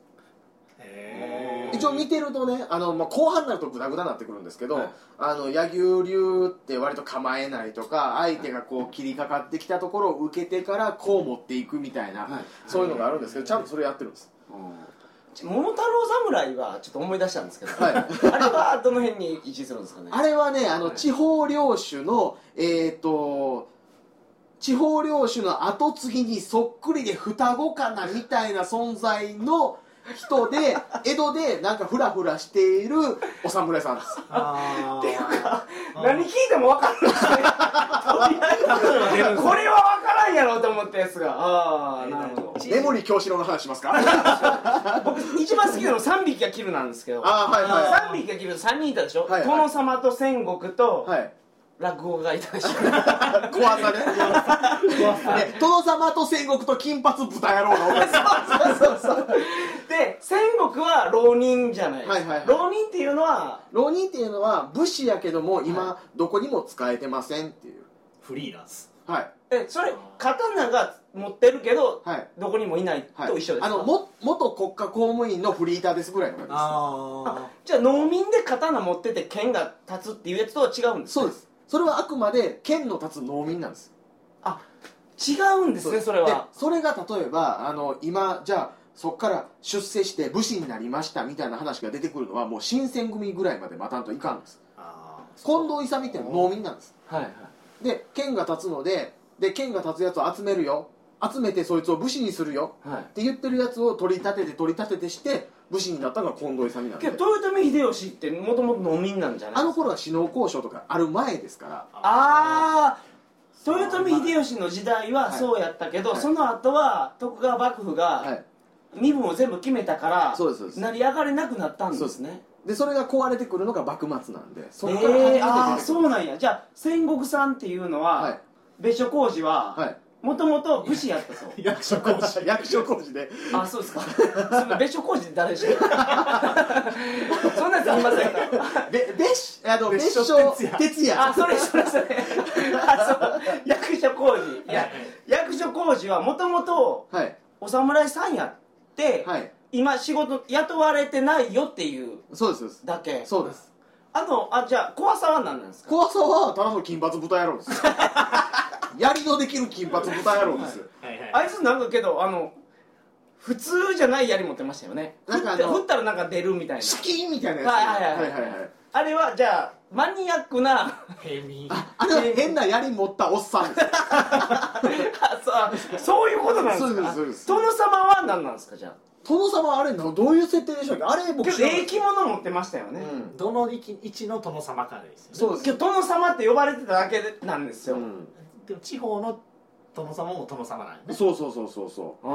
Speaker 3: へー
Speaker 2: 一応見てるとねあの、まあ、後半になるとグダグダになってくるんですけど、
Speaker 1: はい
Speaker 2: あの柳生流って割と構えないとか相手がこう切りかかってきたところを受けてからこう持っていくみたいな、
Speaker 1: はい
Speaker 2: そういうのがあるんですけどちゃんとそれやってるんです、
Speaker 1: ちょ桃太郎侍はちょっと思い出したんですけど、
Speaker 2: はい
Speaker 1: あれはどの辺に位置するんですかね
Speaker 2: あれはねあの地方領主のえっ、と地方領主の跡継ぎにそっくりで双子かなみたいな存在の人で江戸でなんかフラフラしているお侍さん です
Speaker 4: あー
Speaker 1: 何聞いても分かるんですねとりあえずこれは分からんやろうと思ったやつがああなるほど
Speaker 2: メモリー京四郎の話しますか
Speaker 1: 僕一番好きなの3匹がキルなんですけど
Speaker 2: あーはいはい
Speaker 1: 3匹がキル3人いたでしょ、
Speaker 2: はいはい
Speaker 1: 殿様と戦国と
Speaker 2: はい
Speaker 1: 落語がいたでしょ、
Speaker 2: 怖さね ね殿様と戦国と金髪豚野郎のおか
Speaker 1: そうそうそうで戦国は浪人じゃないですか、
Speaker 2: はいはいはい
Speaker 1: 浪人っていうのは
Speaker 2: 浪人っていうのは武士やけども今どこにも使えてませんっていう
Speaker 3: フリーランス
Speaker 2: はい
Speaker 1: えそれ刀が持ってるけど、
Speaker 2: はい
Speaker 1: どこにもいない
Speaker 2: はい
Speaker 1: と一緒ですか、
Speaker 2: あのも元国家公務員のフリーターですぐらいの感
Speaker 4: あ
Speaker 1: じゃあ農民で刀持ってて剣が立つっていうやつとは違うん
Speaker 2: じ
Speaker 1: で
Speaker 2: ですすそうですそれはあくまで剣の立つ農民なんです
Speaker 1: 違うんですねそれは
Speaker 2: でそれが例えばあの今じゃあそこから出世して武士になりましたみたいな話が出てくるのはもう新選組ぐらいまで待たんといかんです
Speaker 3: あー
Speaker 2: 近藤勇っていうのは農民なんです
Speaker 1: はいはい
Speaker 2: で剣が立つのでで剣が立つやつを集めるよ集めてそいつを武士にするよ
Speaker 1: はい
Speaker 2: って言ってるやつを取り立てて取り立ててして武士になったのが近藤勇なんで
Speaker 1: けど豊臣秀吉ってもともと農民なんじゃない
Speaker 2: あの頃は首脳交渉とかある前ですから
Speaker 1: ああ豊臣秀吉の時代はそうやったけど、
Speaker 2: はい
Speaker 1: その後は徳川幕府
Speaker 2: は
Speaker 1: が
Speaker 2: い
Speaker 1: 身分を全部決めたから、
Speaker 2: そうですそうです
Speaker 1: 成り上がれなくなったんですね
Speaker 2: でそれが壊れてくるのが幕末なんでそ
Speaker 1: え
Speaker 2: こから初めて出てく
Speaker 1: ー、
Speaker 2: る、
Speaker 1: ああそうなんやじゃあ戦国さんっていうのは、
Speaker 2: はい
Speaker 1: 別所工事
Speaker 2: は
Speaker 1: はいもともと武士やったそう
Speaker 2: 役所工事 役所工事で
Speaker 1: あそうですかその別所工事って誰でした っけそんなやつありません
Speaker 2: べ別あの
Speaker 3: 別所
Speaker 2: 別所
Speaker 3: 哲也
Speaker 2: 哲也
Speaker 1: あそれそれそれあそう役所工事いや役所工事はもともと
Speaker 2: はい
Speaker 1: お侍さんやって、
Speaker 2: はい
Speaker 1: 今仕事雇われてないよっていう
Speaker 2: そうですそうです
Speaker 1: だけ
Speaker 2: そうです
Speaker 1: あとあじゃあ怖さは何なんですか
Speaker 2: 怖さはただの金髪豚野郎です 槍のできる金髪豚野郎です
Speaker 3: はいはい
Speaker 1: あいつなんかけどあの普通じゃない槍持ってましたよね振
Speaker 2: な
Speaker 1: っ
Speaker 2: んかあ
Speaker 1: て
Speaker 2: の
Speaker 1: 振ったらなんか出るみたいな
Speaker 2: シキーンみたいなやつ
Speaker 1: はいはいはい
Speaker 2: はいはい
Speaker 1: あれはじゃあマニアックな
Speaker 3: 平民
Speaker 2: あれは変な槍持ったおっさん です
Speaker 1: あそうそういうことなんで
Speaker 2: そう
Speaker 1: す
Speaker 2: で
Speaker 1: か
Speaker 2: すそうです
Speaker 1: 殿様は何なんですかじゃあ
Speaker 2: 殿様あれなどういう設定でしたっけあれ僕
Speaker 1: け
Speaker 2: 知
Speaker 1: ど
Speaker 2: らない
Speaker 1: ええ着物持ってましたよね、
Speaker 2: うん
Speaker 3: どの位置位置の殿様かですよね
Speaker 2: そうです
Speaker 1: けど殿様って呼ばれてただけなんですよ、
Speaker 2: うん
Speaker 3: でも地方の殿様も殿様なんよね
Speaker 2: そうそうそうそうそ
Speaker 1: あ
Speaker 2: う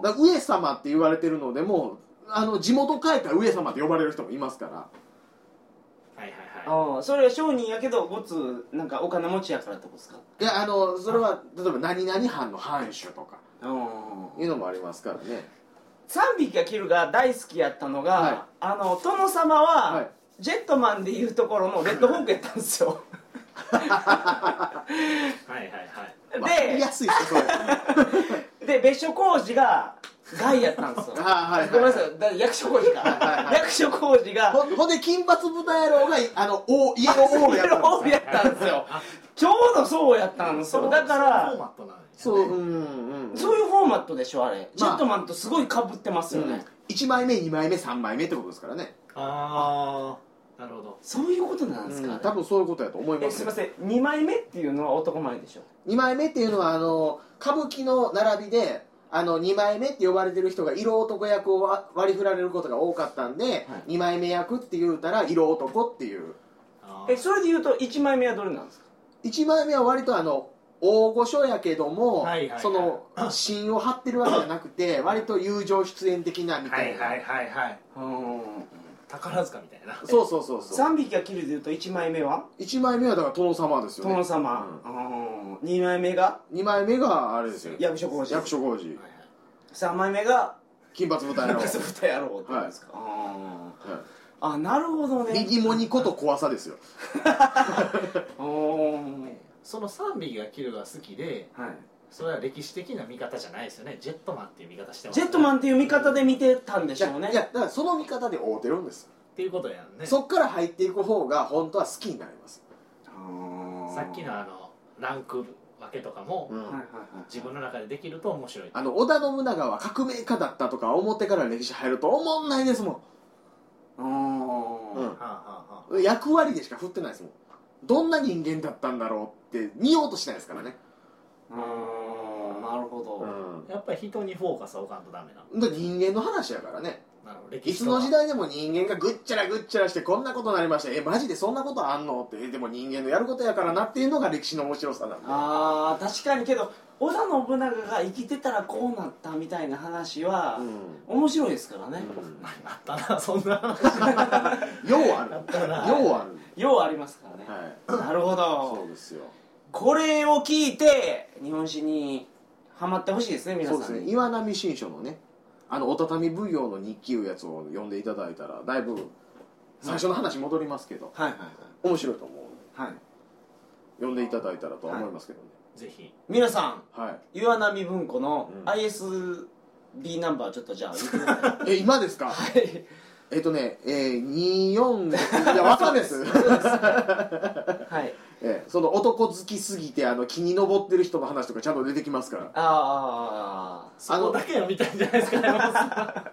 Speaker 1: ー
Speaker 2: だから上様って言われてるのでもあの地元帰ったら上様って呼ばれる人もいますから
Speaker 3: はいはいはい
Speaker 1: あーそれは商人やけどごつなんかお金持ちやからってことですか
Speaker 2: いやあのそれは例えば何々藩の藩主とかいうのもありますからね
Speaker 1: 3匹がキルが大好きやったのが、
Speaker 2: はい
Speaker 1: あの殿様は、
Speaker 2: はい
Speaker 1: ジェットマンでいうところのレッドホークやったんですよ
Speaker 3: はいはいは い
Speaker 2: わかりやすいですねそ
Speaker 1: で
Speaker 2: れ
Speaker 1: で別所工事が害やったんですよ
Speaker 2: あーはい
Speaker 1: ごめんなさいだから役所工事
Speaker 2: はい
Speaker 1: か
Speaker 2: はい
Speaker 1: 役所工事が
Speaker 2: ほほんで金髪豚野郎があのお家の王やったんです
Speaker 1: やったんですよちょうどそうやったんですよだか
Speaker 3: フォーマ
Speaker 1: ら
Speaker 3: ットなんです
Speaker 2: そ
Speaker 3: ね
Speaker 2: ううんうん
Speaker 1: そういうフォーマットでしょあれ、ジ
Speaker 2: まあ
Speaker 1: ェットマンとすごいかぶってますよね、
Speaker 2: 1枚目2枚目3枚目ってことですからね、
Speaker 4: あ
Speaker 3: なるほど
Speaker 1: そういうことなんですか、
Speaker 2: 多分そういうことやと思い
Speaker 1: え
Speaker 2: ますす
Speaker 1: い
Speaker 2: よ
Speaker 1: ません2枚目っていうのは男前でしょ
Speaker 2: 2枚目っていうのはあの歌舞伎の並びであの2枚目って呼ばれてる人が色男役をわ割り振られることが多かったんで、2枚目役って言うたら色男っていう
Speaker 3: あー
Speaker 1: えそれで言うと1枚目はどれなんですか
Speaker 2: 1枚目は割とあの大御所やけども、
Speaker 3: はいはいはい
Speaker 2: その芯を張ってるわけじゃなくて割と友情出演的なみ
Speaker 3: は
Speaker 2: た
Speaker 3: い
Speaker 2: いな、
Speaker 3: はいはいはい
Speaker 1: うん
Speaker 3: 宝塚みたいな
Speaker 2: そうそうそうそう
Speaker 1: 3匹が切るで言うと1枚目は
Speaker 2: 1枚目はだから殿様ですよね
Speaker 1: 殿様、うん2枚目が
Speaker 2: 2枚目があれですよ
Speaker 1: 役所工事
Speaker 2: 役所広司
Speaker 1: 3枚目が
Speaker 2: 金髪豚野郎
Speaker 1: 中洲豚野郎って言うんですか、
Speaker 2: はい
Speaker 1: あーあなるほどね
Speaker 2: 右もにこと怖さですよ
Speaker 1: うんはい
Speaker 3: その3匹がキルが好きでそれは歴史的な見方じゃないですよねジェットマンっていう見方してます
Speaker 1: ジ
Speaker 3: ね、
Speaker 1: ェットマンっていう見方で見てたんでしょうね
Speaker 2: いやだからその見方で合うてるんです、
Speaker 3: っていうことやんね
Speaker 2: そっから入っていく方が本当は好きになります、
Speaker 1: さ
Speaker 3: さっきのあのランク分けとかも、
Speaker 2: うん
Speaker 1: はいはいはい
Speaker 3: 自分の中でできると面白い
Speaker 2: あの織田信長は革命家だったとか思ってから歴史入ると思んないですも
Speaker 1: うん
Speaker 2: ん、
Speaker 3: はあは
Speaker 2: うん、役割でしか振ってないですもんどんな人間だったんだろうって見ようとしないですからね、
Speaker 1: うんなるほど、
Speaker 3: あはあやっぱり人にフォーカスを置かんとダメなの
Speaker 2: だから人間の話やからね
Speaker 3: なるほど歴
Speaker 2: い
Speaker 3: 史
Speaker 2: つ
Speaker 3: とは
Speaker 2: の時代でも人間がぐっちゃらぐっちゃらしてこんなことになりましたえマジでそんなことあんのってえでも人間のやることやからなっていうのが歴史の面白さなんで
Speaker 1: あー確かにけど織田信長が生きてたらこうなったみたいな話は、
Speaker 2: うん
Speaker 1: 面白いですからね、
Speaker 3: あったな そんな話
Speaker 2: ようあるようある
Speaker 1: ようありますからね、
Speaker 2: はい
Speaker 1: なるほ
Speaker 2: そ
Speaker 1: ど
Speaker 2: うですよ
Speaker 1: これを聞いて日本史にハマってほしいですね皆
Speaker 2: そうで
Speaker 1: さ
Speaker 2: す
Speaker 1: ん
Speaker 2: ね
Speaker 1: に
Speaker 2: 岩波新書のねあのお畳奉行の日記いうやつを読んでいただいたらだいぶ最初の話戻りますけど、
Speaker 1: はいはい
Speaker 2: 面白いと思うんで
Speaker 1: はい、はい、
Speaker 2: 読んでいただいたらとは思いますけどね
Speaker 3: ぜひ
Speaker 1: 皆さ
Speaker 2: はい、
Speaker 1: ん岩波文庫の
Speaker 2: うん
Speaker 1: ISB ナンバーちょっとじゃあ言ってくださ
Speaker 2: え今ですか
Speaker 1: いはい
Speaker 2: えっとねえー、24いやわかん ないです
Speaker 1: はい
Speaker 2: えーその男好きすぎてあの木に登ってる人の話とかちゃんと出てきます から
Speaker 1: あ
Speaker 3: そこだけ読みたいんじゃないですかね山本さん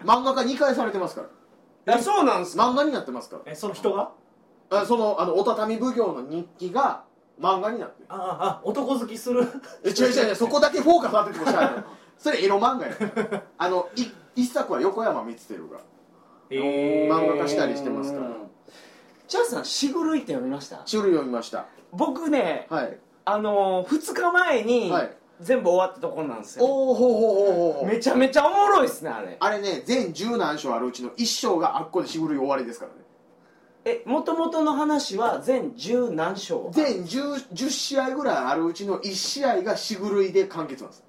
Speaker 2: 漫画化2回されてますから
Speaker 1: ああそうなんですか
Speaker 2: 漫画になってますか
Speaker 3: えその人が
Speaker 2: らあそのあのお畳奉行の日記が漫画になってる
Speaker 3: あああ男好きする
Speaker 2: え違う違う違うそこだけフォーカス当ててもしゃ あないそれエロ漫画やからあのい一作は横山光輝が
Speaker 3: え
Speaker 2: 漫画化したりしてますから
Speaker 1: うんチャンスさん「しぐるい」って読みました
Speaker 2: 種類読みました
Speaker 1: 僕ね
Speaker 2: はい
Speaker 1: あのー、2日前に
Speaker 2: はい
Speaker 1: 全部終わったところなんですよ、
Speaker 2: おおほうほうほうほうほう
Speaker 1: めちゃめちゃおもろいっすねあれ
Speaker 2: あれね全十何章あるうちの一章があっこでしぐるい終わりですからね
Speaker 1: えもともとの話は全十何章
Speaker 2: 全 10, 10試合ぐらいあるうちの1試合がしぐるいで完結なんです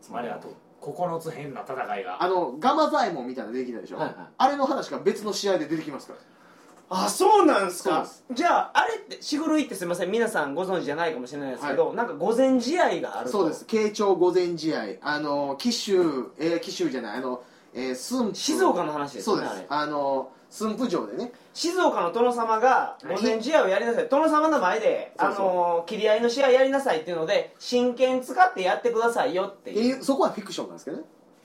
Speaker 3: つまりあと9つ変な戦いが
Speaker 2: あのガマザイモンみたいなのできたでしょ、
Speaker 1: はいはい
Speaker 2: あれの話が別の試合で出てきますから
Speaker 1: あそうなんす
Speaker 2: そう
Speaker 1: か
Speaker 2: です
Speaker 1: じゃああれってしぐるいってすいません皆さんご存知じゃないかもしれないですけど、なんか午前試合があると
Speaker 2: そうです慶長午前試合あの紀州えー紀州じゃないあの、えー、駿府
Speaker 1: 静岡の話です
Speaker 2: そ
Speaker 1: ね
Speaker 2: うです
Speaker 1: あれ
Speaker 2: あの駿府城でね
Speaker 1: 静岡の殿様が
Speaker 2: はい
Speaker 1: 午前試合をやりなさい殿様の前で
Speaker 2: そうそう
Speaker 1: あのー切り合いの試合やりなさいっていうので真剣使ってやってくださいよって
Speaker 2: って
Speaker 1: いう
Speaker 2: いうそこはフィクションなんですけどね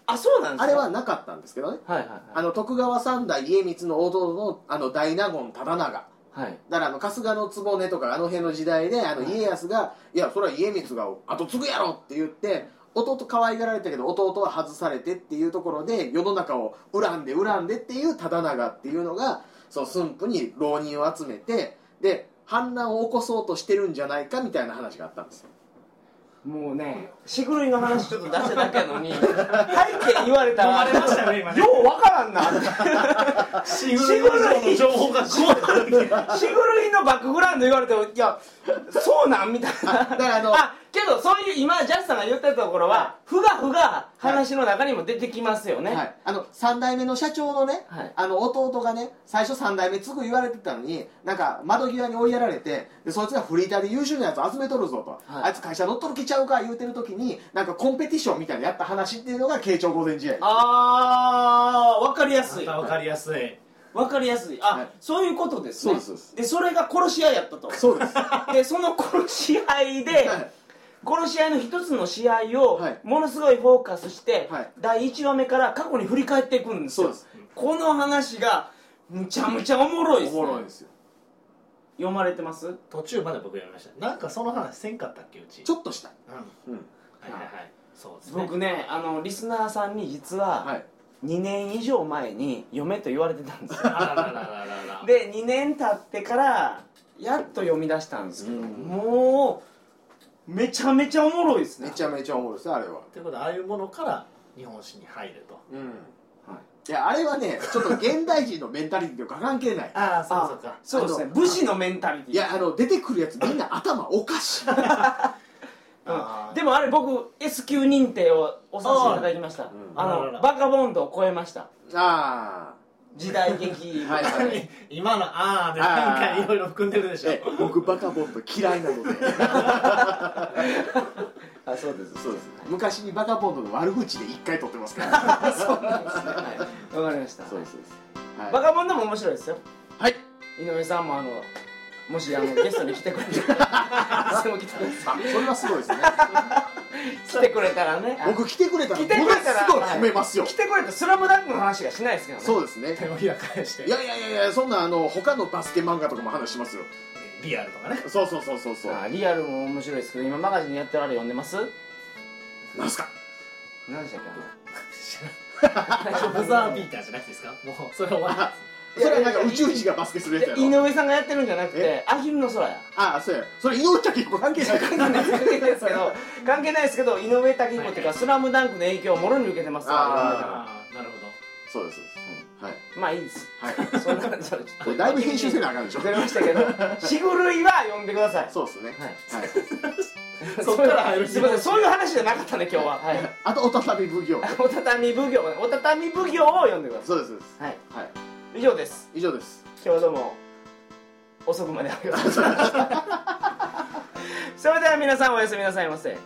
Speaker 1: あそうなんですか
Speaker 2: あれはなかったんですけどね
Speaker 1: はいはい
Speaker 2: あの徳川三代家光の弟のあの大納言忠長
Speaker 1: はいはい
Speaker 2: だからあの春日の局とかあの辺の時代であの家康が「いやそれは家光が後継ぐやろ!」って言って弟可愛がられたけど弟は外されてっていうところで世の中を恨んで恨んでっていう忠長っていうのがその駿府に浪人を集めてで反乱を起こそうとしてるんじゃないかみたいな話があったんですよ
Speaker 1: もうねしぐるいの話ちょっと出しただけやの に「はい」って言われたら
Speaker 3: 飲まれましたね今ね
Speaker 1: ようわからんなって
Speaker 3: シ
Speaker 1: グル以上
Speaker 3: 情報がこうなる
Speaker 1: しぐるいのバックグラウンド言われてもいやそうなんみたいな
Speaker 2: だからあの
Speaker 1: あけどどそういう今ジャスさんが言ったところはふがふが話の中にも出てきますよね、
Speaker 2: はい、あの3代目の社長のね、
Speaker 1: はい
Speaker 2: あの弟がね最初3代目つぐ言われてたのになんか窓際に追いやられてでそいつがフリーターで優秀なやつ集めとるぞと、
Speaker 1: はい
Speaker 2: あいつ会社乗っ取るきちゃうか言うてる時になんかコンペティションみたいなのやった話っていうのが慶長午前試合
Speaker 1: あー分かりやすい
Speaker 3: わかりやすい
Speaker 1: 分かりやすいあ、
Speaker 2: はい
Speaker 1: そういうことですね
Speaker 2: そうですそう
Speaker 1: で
Speaker 2: です
Speaker 1: それが殺し合いやったと
Speaker 2: そうです、は
Speaker 1: でその殺し合いで、
Speaker 2: い
Speaker 1: 殺し合いの一つの試合を
Speaker 2: はい
Speaker 1: ものすごいフォーカスして、
Speaker 2: はい
Speaker 1: 第1話目から過去に振り返っていくんですよ
Speaker 2: そうです
Speaker 1: この話がむちゃむちゃおもろいです、ね、
Speaker 2: おもろいですよ
Speaker 1: 読まれてます
Speaker 3: 途中まで僕やりましたなんかその話せんかったっけうち
Speaker 2: ちょっとした、
Speaker 3: うんはい
Speaker 2: うん
Speaker 3: はいはいそうですね
Speaker 1: 僕ねあのリスナーさんに実は
Speaker 2: はい、
Speaker 1: 2年以上前に嫁と言われてたんですよ
Speaker 3: あらららららら
Speaker 1: で2年経ってからやっと読み出したんですけど、
Speaker 2: うん
Speaker 1: もうめちゃめちゃおもろいですね
Speaker 2: めちゃめちゃおもろいですあれは
Speaker 3: ということでああいうものから日本史に入ると
Speaker 2: うん
Speaker 1: はい
Speaker 2: いやあれはねちょっと現代人のメンタリティとか関係ない
Speaker 3: ああそう
Speaker 1: あ
Speaker 3: かそうか
Speaker 1: そうです
Speaker 2: あ
Speaker 1: ね
Speaker 2: の
Speaker 1: 武士のメンタリティ
Speaker 2: いやあの出てくるやつみんな頭おか しい
Speaker 1: う
Speaker 3: あ
Speaker 1: ん、
Speaker 3: ー
Speaker 1: でもあれ僕 S 級認定をおさせていただきました
Speaker 2: うん
Speaker 1: あ
Speaker 3: あら
Speaker 1: の
Speaker 3: ら
Speaker 1: バカボンドを超えました
Speaker 2: あ
Speaker 1: 時代劇
Speaker 2: はいはい
Speaker 3: 今の「ああ」でなんかいろいろ含んでるでし
Speaker 2: あ、え
Speaker 3: ょ
Speaker 2: 僕バカボンド嫌いなので
Speaker 1: あそうです
Speaker 2: そうです昔にバカボンドの悪口で一回撮ってますから、
Speaker 1: はいわかりました
Speaker 2: そうですそうですはい、
Speaker 1: バカボンドも面白いですよ
Speaker 2: はい
Speaker 1: 井上さんもあのもしあのゲストに来てくれた らいつでも来てくださ
Speaker 2: あそれはすごいですね
Speaker 1: い来てくれたらね
Speaker 2: 僕来てくれたら
Speaker 1: 来てくれたら
Speaker 2: ものすごい褒めますよ、
Speaker 1: 来てくれたらスラムダンクの話がしないですけどね
Speaker 2: そうですね
Speaker 3: 手のひら返して
Speaker 2: いやいやいやいやそんなあの他のバスケ漫画とかも話しますよ
Speaker 3: リアルとかね
Speaker 2: そうそうそうそうそう
Speaker 1: あリアルも面白いですけど今マガジンやってるあれ読んでます
Speaker 2: なんすか
Speaker 1: 何でしたっけ
Speaker 3: ブザービーターじゃなくていいですかもうそれは終わりで
Speaker 2: それはなんか宇宙人がバスケするやつ
Speaker 1: あ
Speaker 2: や
Speaker 1: の井
Speaker 2: ろ
Speaker 1: 上さんがやってるんじゃなくてアヒルの空や
Speaker 2: ああそうやそれ井上ちゃん結構関係ない
Speaker 1: 関係ないですけど関係ないですけど井上武彦っていうか「スラムダンクの影響をもろに受けてます
Speaker 2: あ
Speaker 3: す
Speaker 1: か
Speaker 3: ああなるほど
Speaker 2: そうですそうです、はい
Speaker 1: らまあいいです
Speaker 2: はい
Speaker 1: そんな感じでちょっ
Speaker 2: ことれだいぶ編集せなあかんでしょ
Speaker 1: 出ましたけどしぐるいは呼んでください
Speaker 2: そうですね
Speaker 1: はい
Speaker 2: はい
Speaker 3: そっから入る
Speaker 1: すいませんそういう話じゃなかったね今日ははい
Speaker 2: あとおたたみ奉行
Speaker 1: お畳み奉行お畳み奉行を呼んでくださ
Speaker 2: そうですそうです
Speaker 1: いはい
Speaker 2: はい
Speaker 1: 以上です
Speaker 2: 以上です
Speaker 1: 今日はどうも遅くまでありがとうございましたそれでは皆さんおやすみなさいませ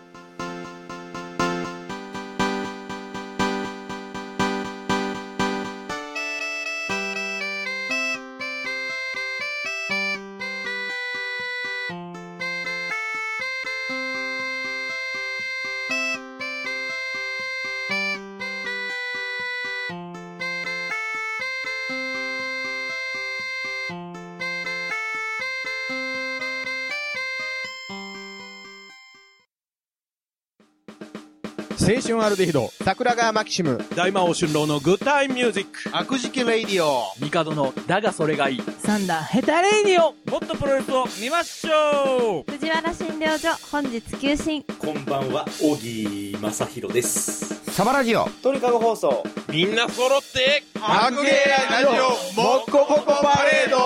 Speaker 5: 青春アルデヒド
Speaker 2: 桜川マキシム
Speaker 5: 大魔王春郎のグッタイムミュージック
Speaker 2: 悪事記レイディオ
Speaker 6: 帝の「だがそれがいい」
Speaker 7: サンダーヘタレーディオ
Speaker 5: もっとプロレスを見ましょう
Speaker 8: 藤原診療所本日休診
Speaker 9: こんばんは、小木正弘です。
Speaker 5: サバラジオ
Speaker 1: 鳥かご放送
Speaker 5: みんな揃って白芸ラジオもっこもこパレード